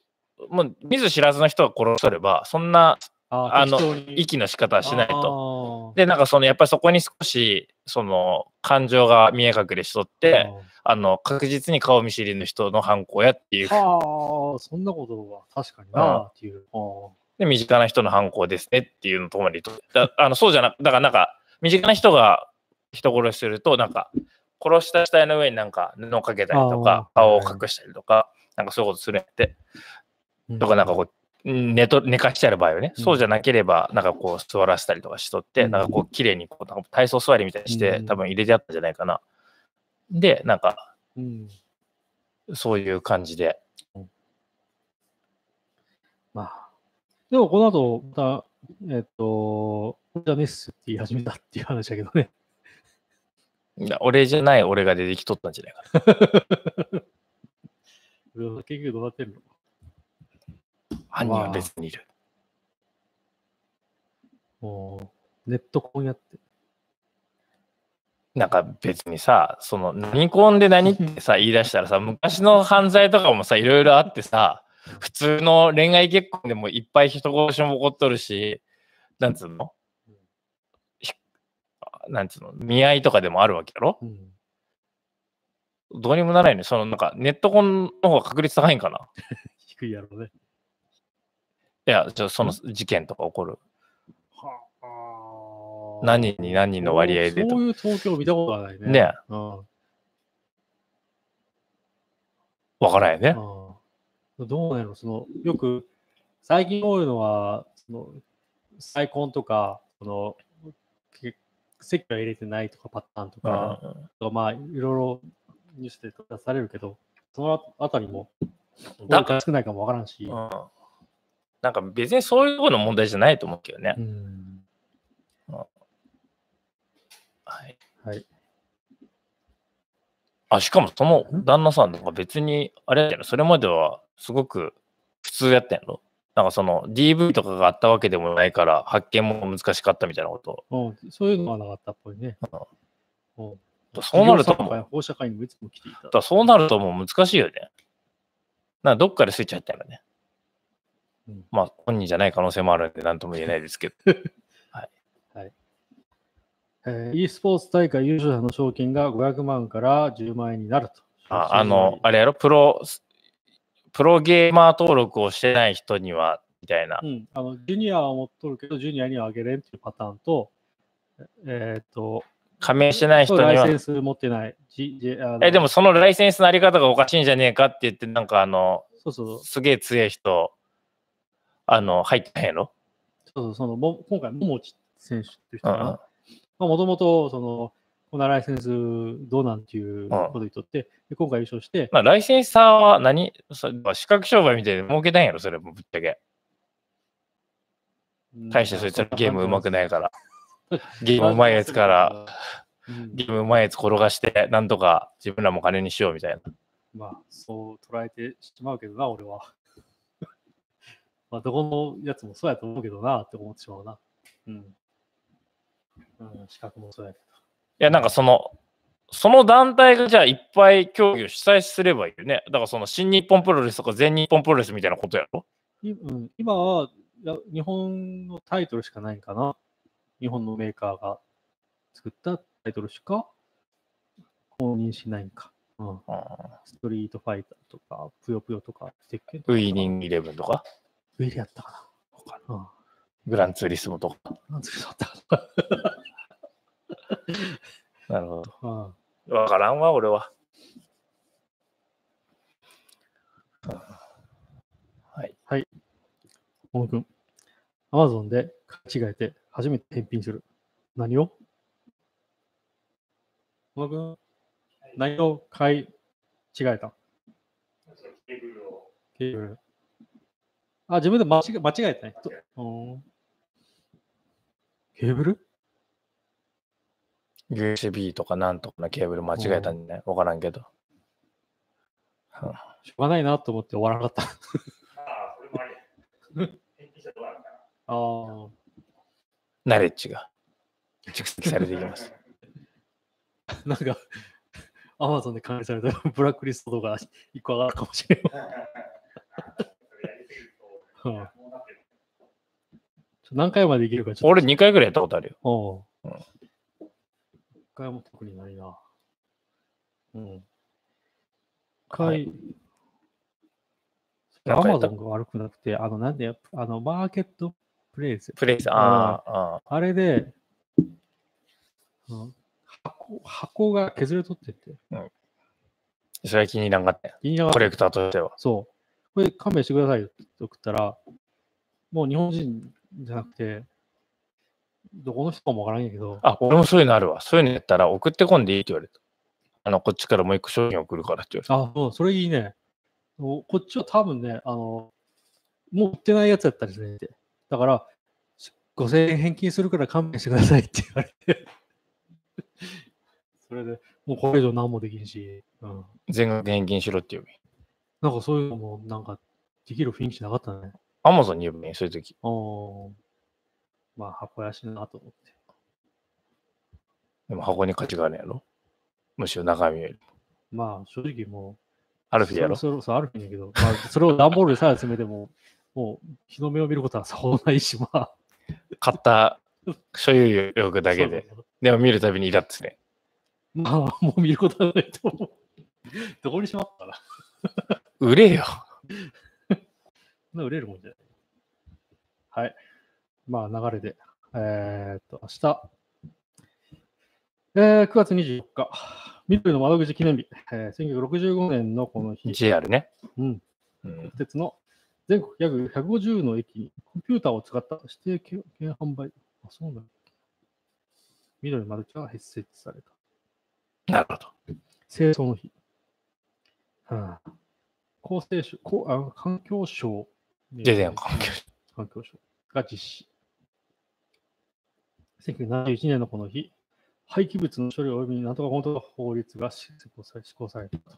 Speaker 2: う、もう見ず知らずの人が殺されば、そんな
Speaker 1: あ
Speaker 2: あの
Speaker 1: 息
Speaker 2: 息の仕方はしないと。
Speaker 1: と。
Speaker 2: で、なんかそのやっぱりそこに少しその感情が見え隠れしとって、
Speaker 1: うん
Speaker 2: あの確実に顔見知りの人の犯行やっていう、
Speaker 1: はあ、そんなことは確かになあっていう。あ
Speaker 2: で身近な人の犯行ですねっていうのともにとだあのそうじゃなく、だからなんか身近な人が人殺しすると、なんか殺した死体の上になんか布をかけたりとか、
Speaker 1: あー
Speaker 2: 顔を隠したりとか、なんかそういうことするんやって。
Speaker 1: ー
Speaker 2: とか、なんかこう、寝と寝かしちゃる場合はね、
Speaker 1: うん
Speaker 2: そうじゃなければ、なんかこう、座らせたりとかしとって、
Speaker 1: うん
Speaker 2: なんかこう、綺麗にこう、なんか体操座りみたいにして、
Speaker 1: うん
Speaker 2: 多分入れてあったんじゃないかな。で、なんか、
Speaker 1: うん。
Speaker 2: そういう感じで。
Speaker 1: まあ。でも、この後、また、えっと、じゃねっすって言い始めたっていう話だけどね。
Speaker 2: いや俺じゃない俺が出てきとったんじゃないかな。
Speaker 1: 結局どうなってるの
Speaker 2: 犯人は別にいる。
Speaker 1: もう、ネット婚やって。
Speaker 2: なんか別にさ、その、何婚で何っ てさ、言い出したらさ、昔の犯罪とかもさ、いろいろあってさ、普通の恋愛結婚でもいっぱい人殺しも起こっとるし、なんつうのひなんつうの見合いとかでもあるわけやろ
Speaker 1: うん。
Speaker 2: どうにもならないね。その、なんか、ネットコンの方が確率高いんかな
Speaker 1: 低いやろうね。
Speaker 2: いや、ちょその事件とか起こる。
Speaker 1: はあ
Speaker 2: 何人に何人の割合で
Speaker 1: そう
Speaker 2: とか。
Speaker 1: いう東京見たことがないね。
Speaker 2: ね
Speaker 1: うん。
Speaker 2: わからん よね。
Speaker 1: うんどうなのそのよく最近多いのはその再婚とかそのけ籍が入れてないとかパターンとか、まあいろいろニュースで出されるけどそのあたりも
Speaker 2: うん
Speaker 1: 多い
Speaker 2: だか
Speaker 1: か少ないかもわからんし、
Speaker 2: ら、うんなんか別にそういう方の問題じゃないと思うけどね
Speaker 1: う。ん
Speaker 2: はい。
Speaker 1: はい
Speaker 2: あ、しかもその
Speaker 1: ん
Speaker 2: 旦那さんとか別に、あれやけど、それまではすごく普通やったんやろなんかその DV とかがあったわけでもないから、発見も難しかったみたいなこと。
Speaker 1: うん、そういうのはなかったっぽいね。うん
Speaker 2: そうな
Speaker 1: 企業
Speaker 2: ると
Speaker 1: 参加や放射会にもいつも来ていた
Speaker 2: だか。らそうなるともう難しいよね。なんかどっかでスイッチ入ったんやろね。
Speaker 1: うん
Speaker 2: まあ、本人じゃない可能性もあるんで、なんとも言えないですけど。
Speaker 1: えー e スポーツ大会優勝者の賞金が500万から10万円になると。
Speaker 2: ああの、あれやろ、プロプロゲーマー登録をしてない人には、みたいな
Speaker 1: う。ん、あのジュニアは持っとるけど、ジュニアにはあげれんっていうパターンと、えーっと、
Speaker 2: 加盟してない人に
Speaker 1: ラ
Speaker 2: は
Speaker 1: イセ。ンス持ってない。G J あの
Speaker 2: え、でもそのライセンスのあり方がおかしいんじゃねえかって言って、なんかあの、
Speaker 1: そうそう
Speaker 2: すげえ強い人、あの、入ってないやろ
Speaker 1: そうそう、そのも今回、桃地選手っていう人か
Speaker 2: うんうん
Speaker 1: な。もともと、その、このライセンスどうなんていうこと言っとって、で今回優勝して、
Speaker 2: まあ、ライセンサーは何それ視覚障害みたいで儲けたいんやろそれもぶっちゃけ。大してそいつらゲームうまくないから。ゲームうまいや つから、
Speaker 1: うん
Speaker 2: ゲームうまいやつ転がして、なんとか自分らも金にしようみたいな。
Speaker 1: まあ、そう捉えてしまうけどな、俺は。 まあ、どこのやつもそうやと思うけどな、って思ってしまうな。うん。うん、資格もそうやけ
Speaker 2: いや、なんかその、その団体がじゃあいっぱい競技を主催すればいいよね。だからその新日本プロレスとか全日本プロレスみたいなことやろ
Speaker 1: ど。いうん、今はや日本のタイトルしかないんかな。日本のメーカーが作ったタイトルしか公認しないんか。うん、ストリートファイターとか、ぷよぷよとか、鉄拳とか
Speaker 2: ウィーニングイレブンとか、
Speaker 1: ウィリやったかな。わかんない
Speaker 2: グランツーリスモとか。
Speaker 1: うん。なんつうだったか
Speaker 2: なるほど。
Speaker 1: な。うん
Speaker 2: わからんわ、俺は。
Speaker 1: 小野君、アマゾンで買い違えて初めて返品する。何を小野君、何を買い違えたケーブル。あ、自分で間違え間違えたね。とうんケーブル
Speaker 2: USB とかなんとかのケーブル間違えたんじゃないわからんけど。
Speaker 1: しょうがないなと思って終わらなかった。
Speaker 3: あ、俺もあれ。返品したらどうなるかな
Speaker 1: あー
Speaker 2: ナレッジが蓄積されていきます。
Speaker 1: なんか、アマゾンで管理されたブラックリストとか一個上がるかもしれない。 うんちょ何回までいけるかちょっと。
Speaker 2: 俺2回ぐらいやったことあるよ。
Speaker 1: おう
Speaker 2: うん
Speaker 1: 一回も特にないな。うん。一
Speaker 2: は
Speaker 1: 回、
Speaker 2: なん
Speaker 1: ア
Speaker 2: かや
Speaker 1: マ
Speaker 2: っ
Speaker 1: ゾ
Speaker 2: た
Speaker 1: ンが悪くなくて、あの、なんで、あの、マーケットプレイス。
Speaker 2: プレイス、ああ、あ
Speaker 1: あれで、うん箱箱が削れ取ってって。
Speaker 2: あ。それは気に入らんかったよ。
Speaker 1: 言いなが
Speaker 2: コ
Speaker 1: ら、
Speaker 2: レクターとしては。
Speaker 1: そう。これ勘弁してくださいよって送ったら、もう日本人じゃなくて、どこの人かもわからんやけど、
Speaker 2: あ、俺もそういうのあるわ。そういうのやったら送ってこんでいいって言われた。あの、こっちからもう一個商品送るからって言われた。
Speaker 1: あ、うん、それいいね。おこっちは多分ね、あの、もう売ってないやつやったりするんで。だから、し5000円返金するから勘弁してくださいって言われて。 それで、もうこれ以上何もできんし、うん。
Speaker 2: 全額返金しろって言うべ。
Speaker 1: なんかそういうのも、なんか、できる雰囲気なかったね。
Speaker 2: アマゾンに言うべ、そういう時。
Speaker 1: おーまあ、箱やしなと思って。
Speaker 2: でも箱に価値があるんやろ。むしろ中身より。
Speaker 1: まあ、正直もう、
Speaker 2: アルフィーやろ。
Speaker 1: それそう、ある日だけど、まあ、それを段ボールでさえ詰めても、 もう、日の目を見ることはさほどないし、まあ。
Speaker 2: 買った所有欲だけで
Speaker 1: そう。そうそう
Speaker 2: でも見るたびにイラッとすね。
Speaker 1: まあ、もう見ることはないと思う。どこにしまったら、
Speaker 2: 売れよ。
Speaker 1: そんな売れるもんじゃない。はい。まあ、流れで。えーっと、明日。えー、9月24日。緑の窓口記念日。えー、1965年のこの日、
Speaker 2: JR ね。
Speaker 1: うん、
Speaker 2: うん
Speaker 1: 国鉄の全国約150の駅にコンピューターを使った指定券券販売。あ、そうなんだ。緑の窓口が設置された。
Speaker 2: なるほど。
Speaker 1: 清掃の日。はあ、厚生省、こうあ環境省。
Speaker 2: ででん環境
Speaker 1: 環境省が実施。1971年のこの日、廃棄物の処理及びなんとか本当法律が施行され施行されたと、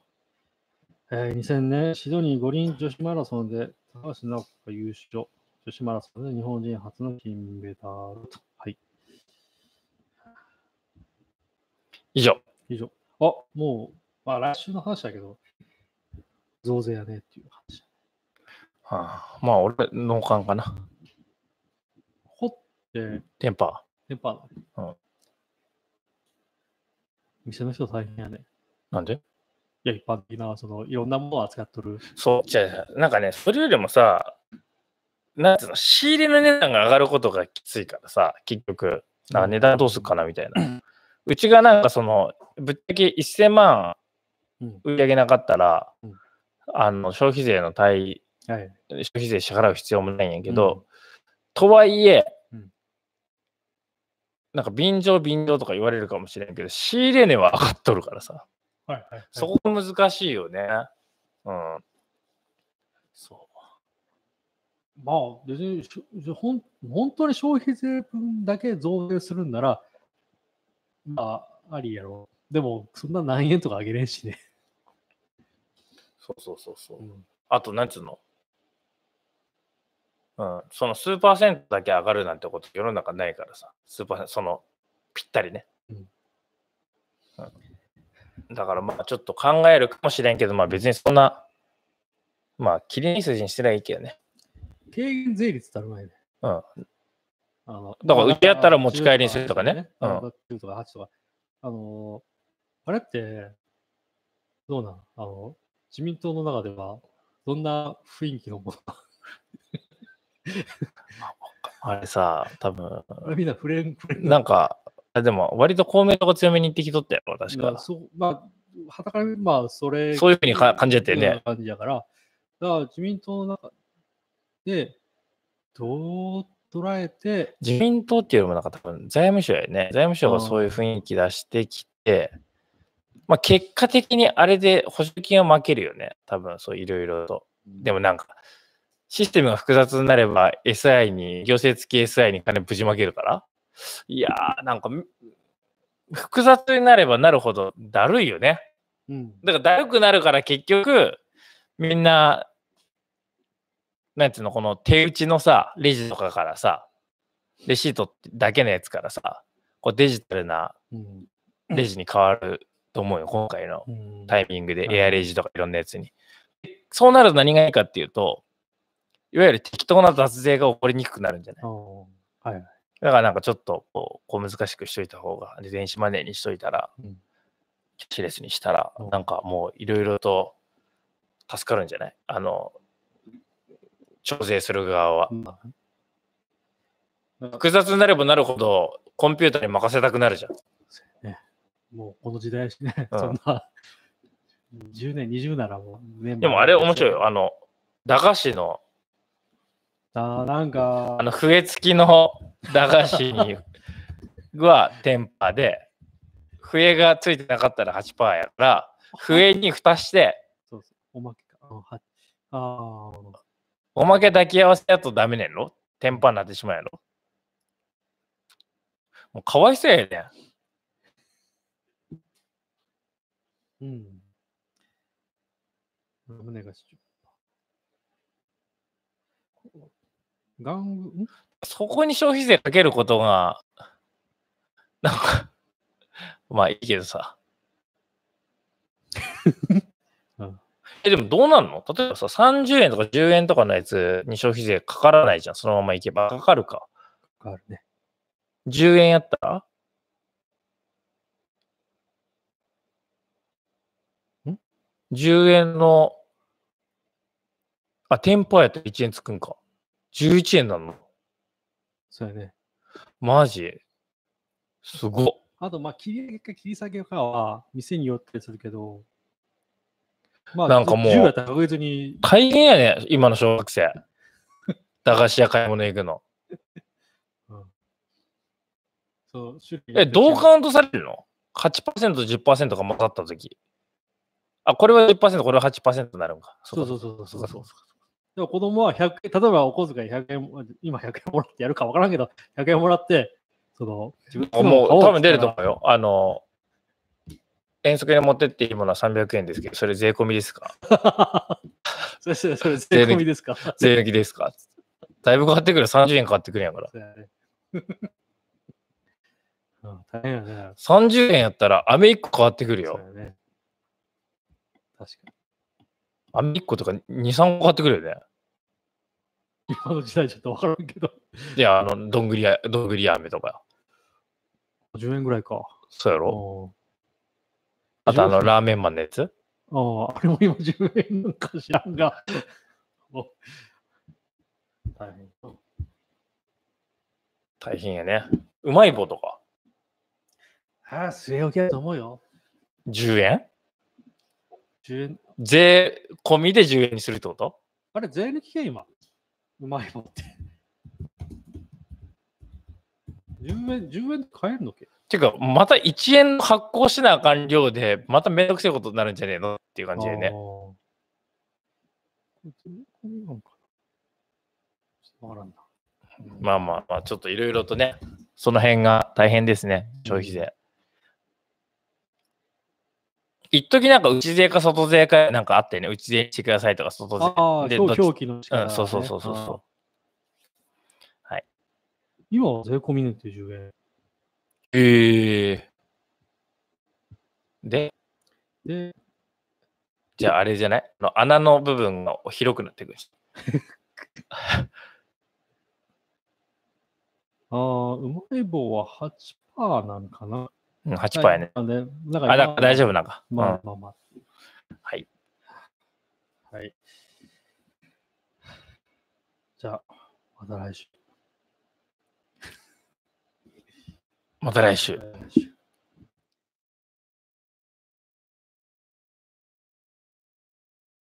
Speaker 1: えー2000年、シドニー五輪女子マラソンで高橋尚子が優勝。女子マラソンで日本人初の金メダルと。はい、
Speaker 2: 以上。
Speaker 1: 以上。あ、もう、まあ来週の話だけど、増税やねっていう話。
Speaker 2: はあ、まあ、俺、農館かな。
Speaker 1: 掘って、
Speaker 2: テンパ
Speaker 1: 電波のね。
Speaker 2: うん
Speaker 1: 店の人大変やね。
Speaker 2: ー。なんで
Speaker 1: いや、一般的な、その、いろんなものを扱っとる。
Speaker 2: そう、じゃあなんかね、それよりもさ、なんつうの、仕入れの値段が上がることがきついからさ、結局、なんか値段どうするかなみたいな。うちがなんかその、ぶっちゃけ1000万
Speaker 1: うん
Speaker 2: 売り上げなかったら、
Speaker 1: うん
Speaker 2: あの消費税の対、
Speaker 1: はい。
Speaker 2: 消費税支払う必要もないんやけど、とはいえ、
Speaker 1: うん
Speaker 2: なんか便乗便乗とか言われるかもしれんけど、仕入れ値は上がっとるからさ。
Speaker 1: はい、はい。
Speaker 2: そこが難しいよね。うん。そ
Speaker 1: まあ、別にしょほん、本当に消費税分だけ増税するんなら、まあ、ありやろう。でも、そんな何円とかあげれんしね。
Speaker 2: うそうそうそうそう。あと、なんつうのうん、その数パーセントだけ上がるなんてこと世の中ないからさ、数パーセント、そのぴったりね。
Speaker 1: うん
Speaker 2: うんだからまあちょっと考えるかもしれんけど、まあ別にそんな、まあ切りに筋にしてないいけどね。
Speaker 1: 軽減税率たるまいね。
Speaker 2: うん。
Speaker 1: あの
Speaker 2: だからうちやったら持ち帰りにするとかね
Speaker 1: 10
Speaker 2: う
Speaker 1: 10とか8とか。あのーあれって、どうなんあの、自民党の中では、どんな雰囲気のもの
Speaker 2: あれさ、多分
Speaker 1: あ れみんなフレンフレン
Speaker 2: なんか、あでも割と公明党が強めに言ってきとったやろ、確
Speaker 1: まあ
Speaker 2: か。
Speaker 1: そう、まあ、はたから見ればまあ、それ。
Speaker 2: そういうふうにか感じて
Speaker 1: よう
Speaker 2: ね
Speaker 1: な。感じだから、だから自民党の中で、どう捉えて、
Speaker 2: 自民党っていうよりもなんか多分財務省やね。財務省がそういう雰囲気出してきて、まあ結果的にあれで補助金は負けるよね。多分そういろいろと。でもなんか、システムが複雑になれば SI に、行政付き SI に金ぶちまけるから。いやー、なんか、複雑になればなるほどだるいよね。
Speaker 1: うん、
Speaker 2: だからだるくなるから結局、みんな、なんつうの、この手打ちのさ、レジとかからさ、レシートだけのやつからさ、こうデジタルな
Speaker 1: うん、
Speaker 2: レジに変わると思うよ、今回の
Speaker 1: うん
Speaker 2: タイミングで、
Speaker 1: はい
Speaker 2: エアレジとかいろんなやつに。そうなると何がいいかっていうと、いわゆる適当な脱税が起こりにくくなるんじゃない
Speaker 1: あーはい。
Speaker 2: だからなんかちょっとこう小難しくしといた方が、で電子マネーにしといたら、
Speaker 1: うん
Speaker 2: キャッシュレスにしたら
Speaker 1: うん、
Speaker 2: なんかもういろいろと助かるんじゃないあの、徴税する側は。
Speaker 1: まあ
Speaker 2: 複雑になればなるほど、コンピューターに任せたくなるじゃん。
Speaker 1: もうこの時代やしね、
Speaker 2: う ん
Speaker 1: そんな、10年、20ならもうメンバー、
Speaker 2: でもあれ面白いよ。あの、駄菓子の、
Speaker 1: あーなんか、
Speaker 2: あの、笛付 きの駄菓子にはテンパで、笛がついてなかったら8%やから、笛に蓋して、
Speaker 1: そうそうおまけか。あーはあー、
Speaker 2: おまけ抱き合わせやとダメねんろテンパになってしまうやろもうかわいそうやねん。
Speaker 1: うん。胸がしガング、ん
Speaker 2: そこに消費税かけることが、なんか、 まあいいけどさ。
Speaker 1: うん
Speaker 2: え、でもどうなんの例えばさ、30円とか10円とかのやつに消費税かからないじゃん。そのままいけば。かかるか。
Speaker 1: があるね。
Speaker 2: 10円やったらん ?10 円の、あ、店舗やったら1円つくんか。11円なの
Speaker 1: そうやね。
Speaker 2: マジすごっ。
Speaker 1: あと、まあ、切り上げか切り下げかは、店によってするけど、ま
Speaker 2: なんかもう
Speaker 1: 10やったら確実に、
Speaker 2: 大変やね、今の小学生。駄菓子屋買い物行くの。
Speaker 1: そう、種類
Speaker 2: え、どうカウントされるの ?8%、10%が混ざったとき。あ、これは10%、これは8%になるんか。
Speaker 1: そうそううそうそう
Speaker 2: か
Speaker 1: そ
Speaker 2: そうう。
Speaker 1: でも子供は100円、例えばお小遣い100円も、今100円もらってやるか分からんけど、100円もらって、その、自分
Speaker 2: あもう多分出ると思うよ。あの、遠足に持ってっていいものは300円ですけど、それ税込みですか
Speaker 1: それ、それ、それ、税込みですか
Speaker 2: 税抜きですかだいぶ買ってくる、30円買ってくるんやから。
Speaker 1: そうやねうん大変やね。
Speaker 2: 30円やったら、飴1個買ってくる
Speaker 1: そ
Speaker 2: よ
Speaker 1: う。やね。確か
Speaker 2: 飴1個とか2、3個買ってくるよね。
Speaker 1: に。今の時代ちょっと分からんけど。
Speaker 2: いや、あの、どんぐりや、どんぐり飴とか。
Speaker 1: 10円ぐらいか。
Speaker 2: そうやろ
Speaker 1: おー
Speaker 2: あとあの、ラーメンマンのやつ
Speaker 1: うああ、あれも今10円なんか知らんが。
Speaker 2: 大変。大変やね。うまい棒とか。
Speaker 1: ああ、据え置きだと思うよ。
Speaker 2: 10円
Speaker 1: 10円。
Speaker 2: 税込みで10円にするってこと
Speaker 1: あれ、税抜きか、今。うまい棒って。10円、10円で買えるのっけ
Speaker 2: ていうか、また1円の発行しなあかん量で、まためんどくせえことになるんじゃねえのっていう感じで
Speaker 1: あー
Speaker 2: ね。
Speaker 1: これ税込みなんかなちょっとわからんな。
Speaker 2: まあまあまあ、ちょっといろいろとね、その辺が大変ですね、消費税。一時なんか内税か外税かなんかあってね、内税にしてくださいとか外税。
Speaker 1: ああ、
Speaker 2: で
Speaker 1: そう
Speaker 2: どっち
Speaker 1: 表記の力、
Speaker 2: うん、そうそうそうそう
Speaker 1: ああ
Speaker 2: そ
Speaker 1: 今は税込みなんて10円。
Speaker 2: う。へえで、
Speaker 1: で、
Speaker 2: じゃああれじゃないあの穴の部分が広くなってくるし。
Speaker 1: ああ、うまい棒は8%なんかな。
Speaker 2: うん、8%やね。
Speaker 1: なんで、だか
Speaker 2: あ、だから大丈
Speaker 1: 夫。
Speaker 2: 夫なんか。うん
Speaker 1: まあまあまあ。
Speaker 2: はい。
Speaker 1: はい。じゃあ、また来週。
Speaker 2: また来週。
Speaker 1: 来週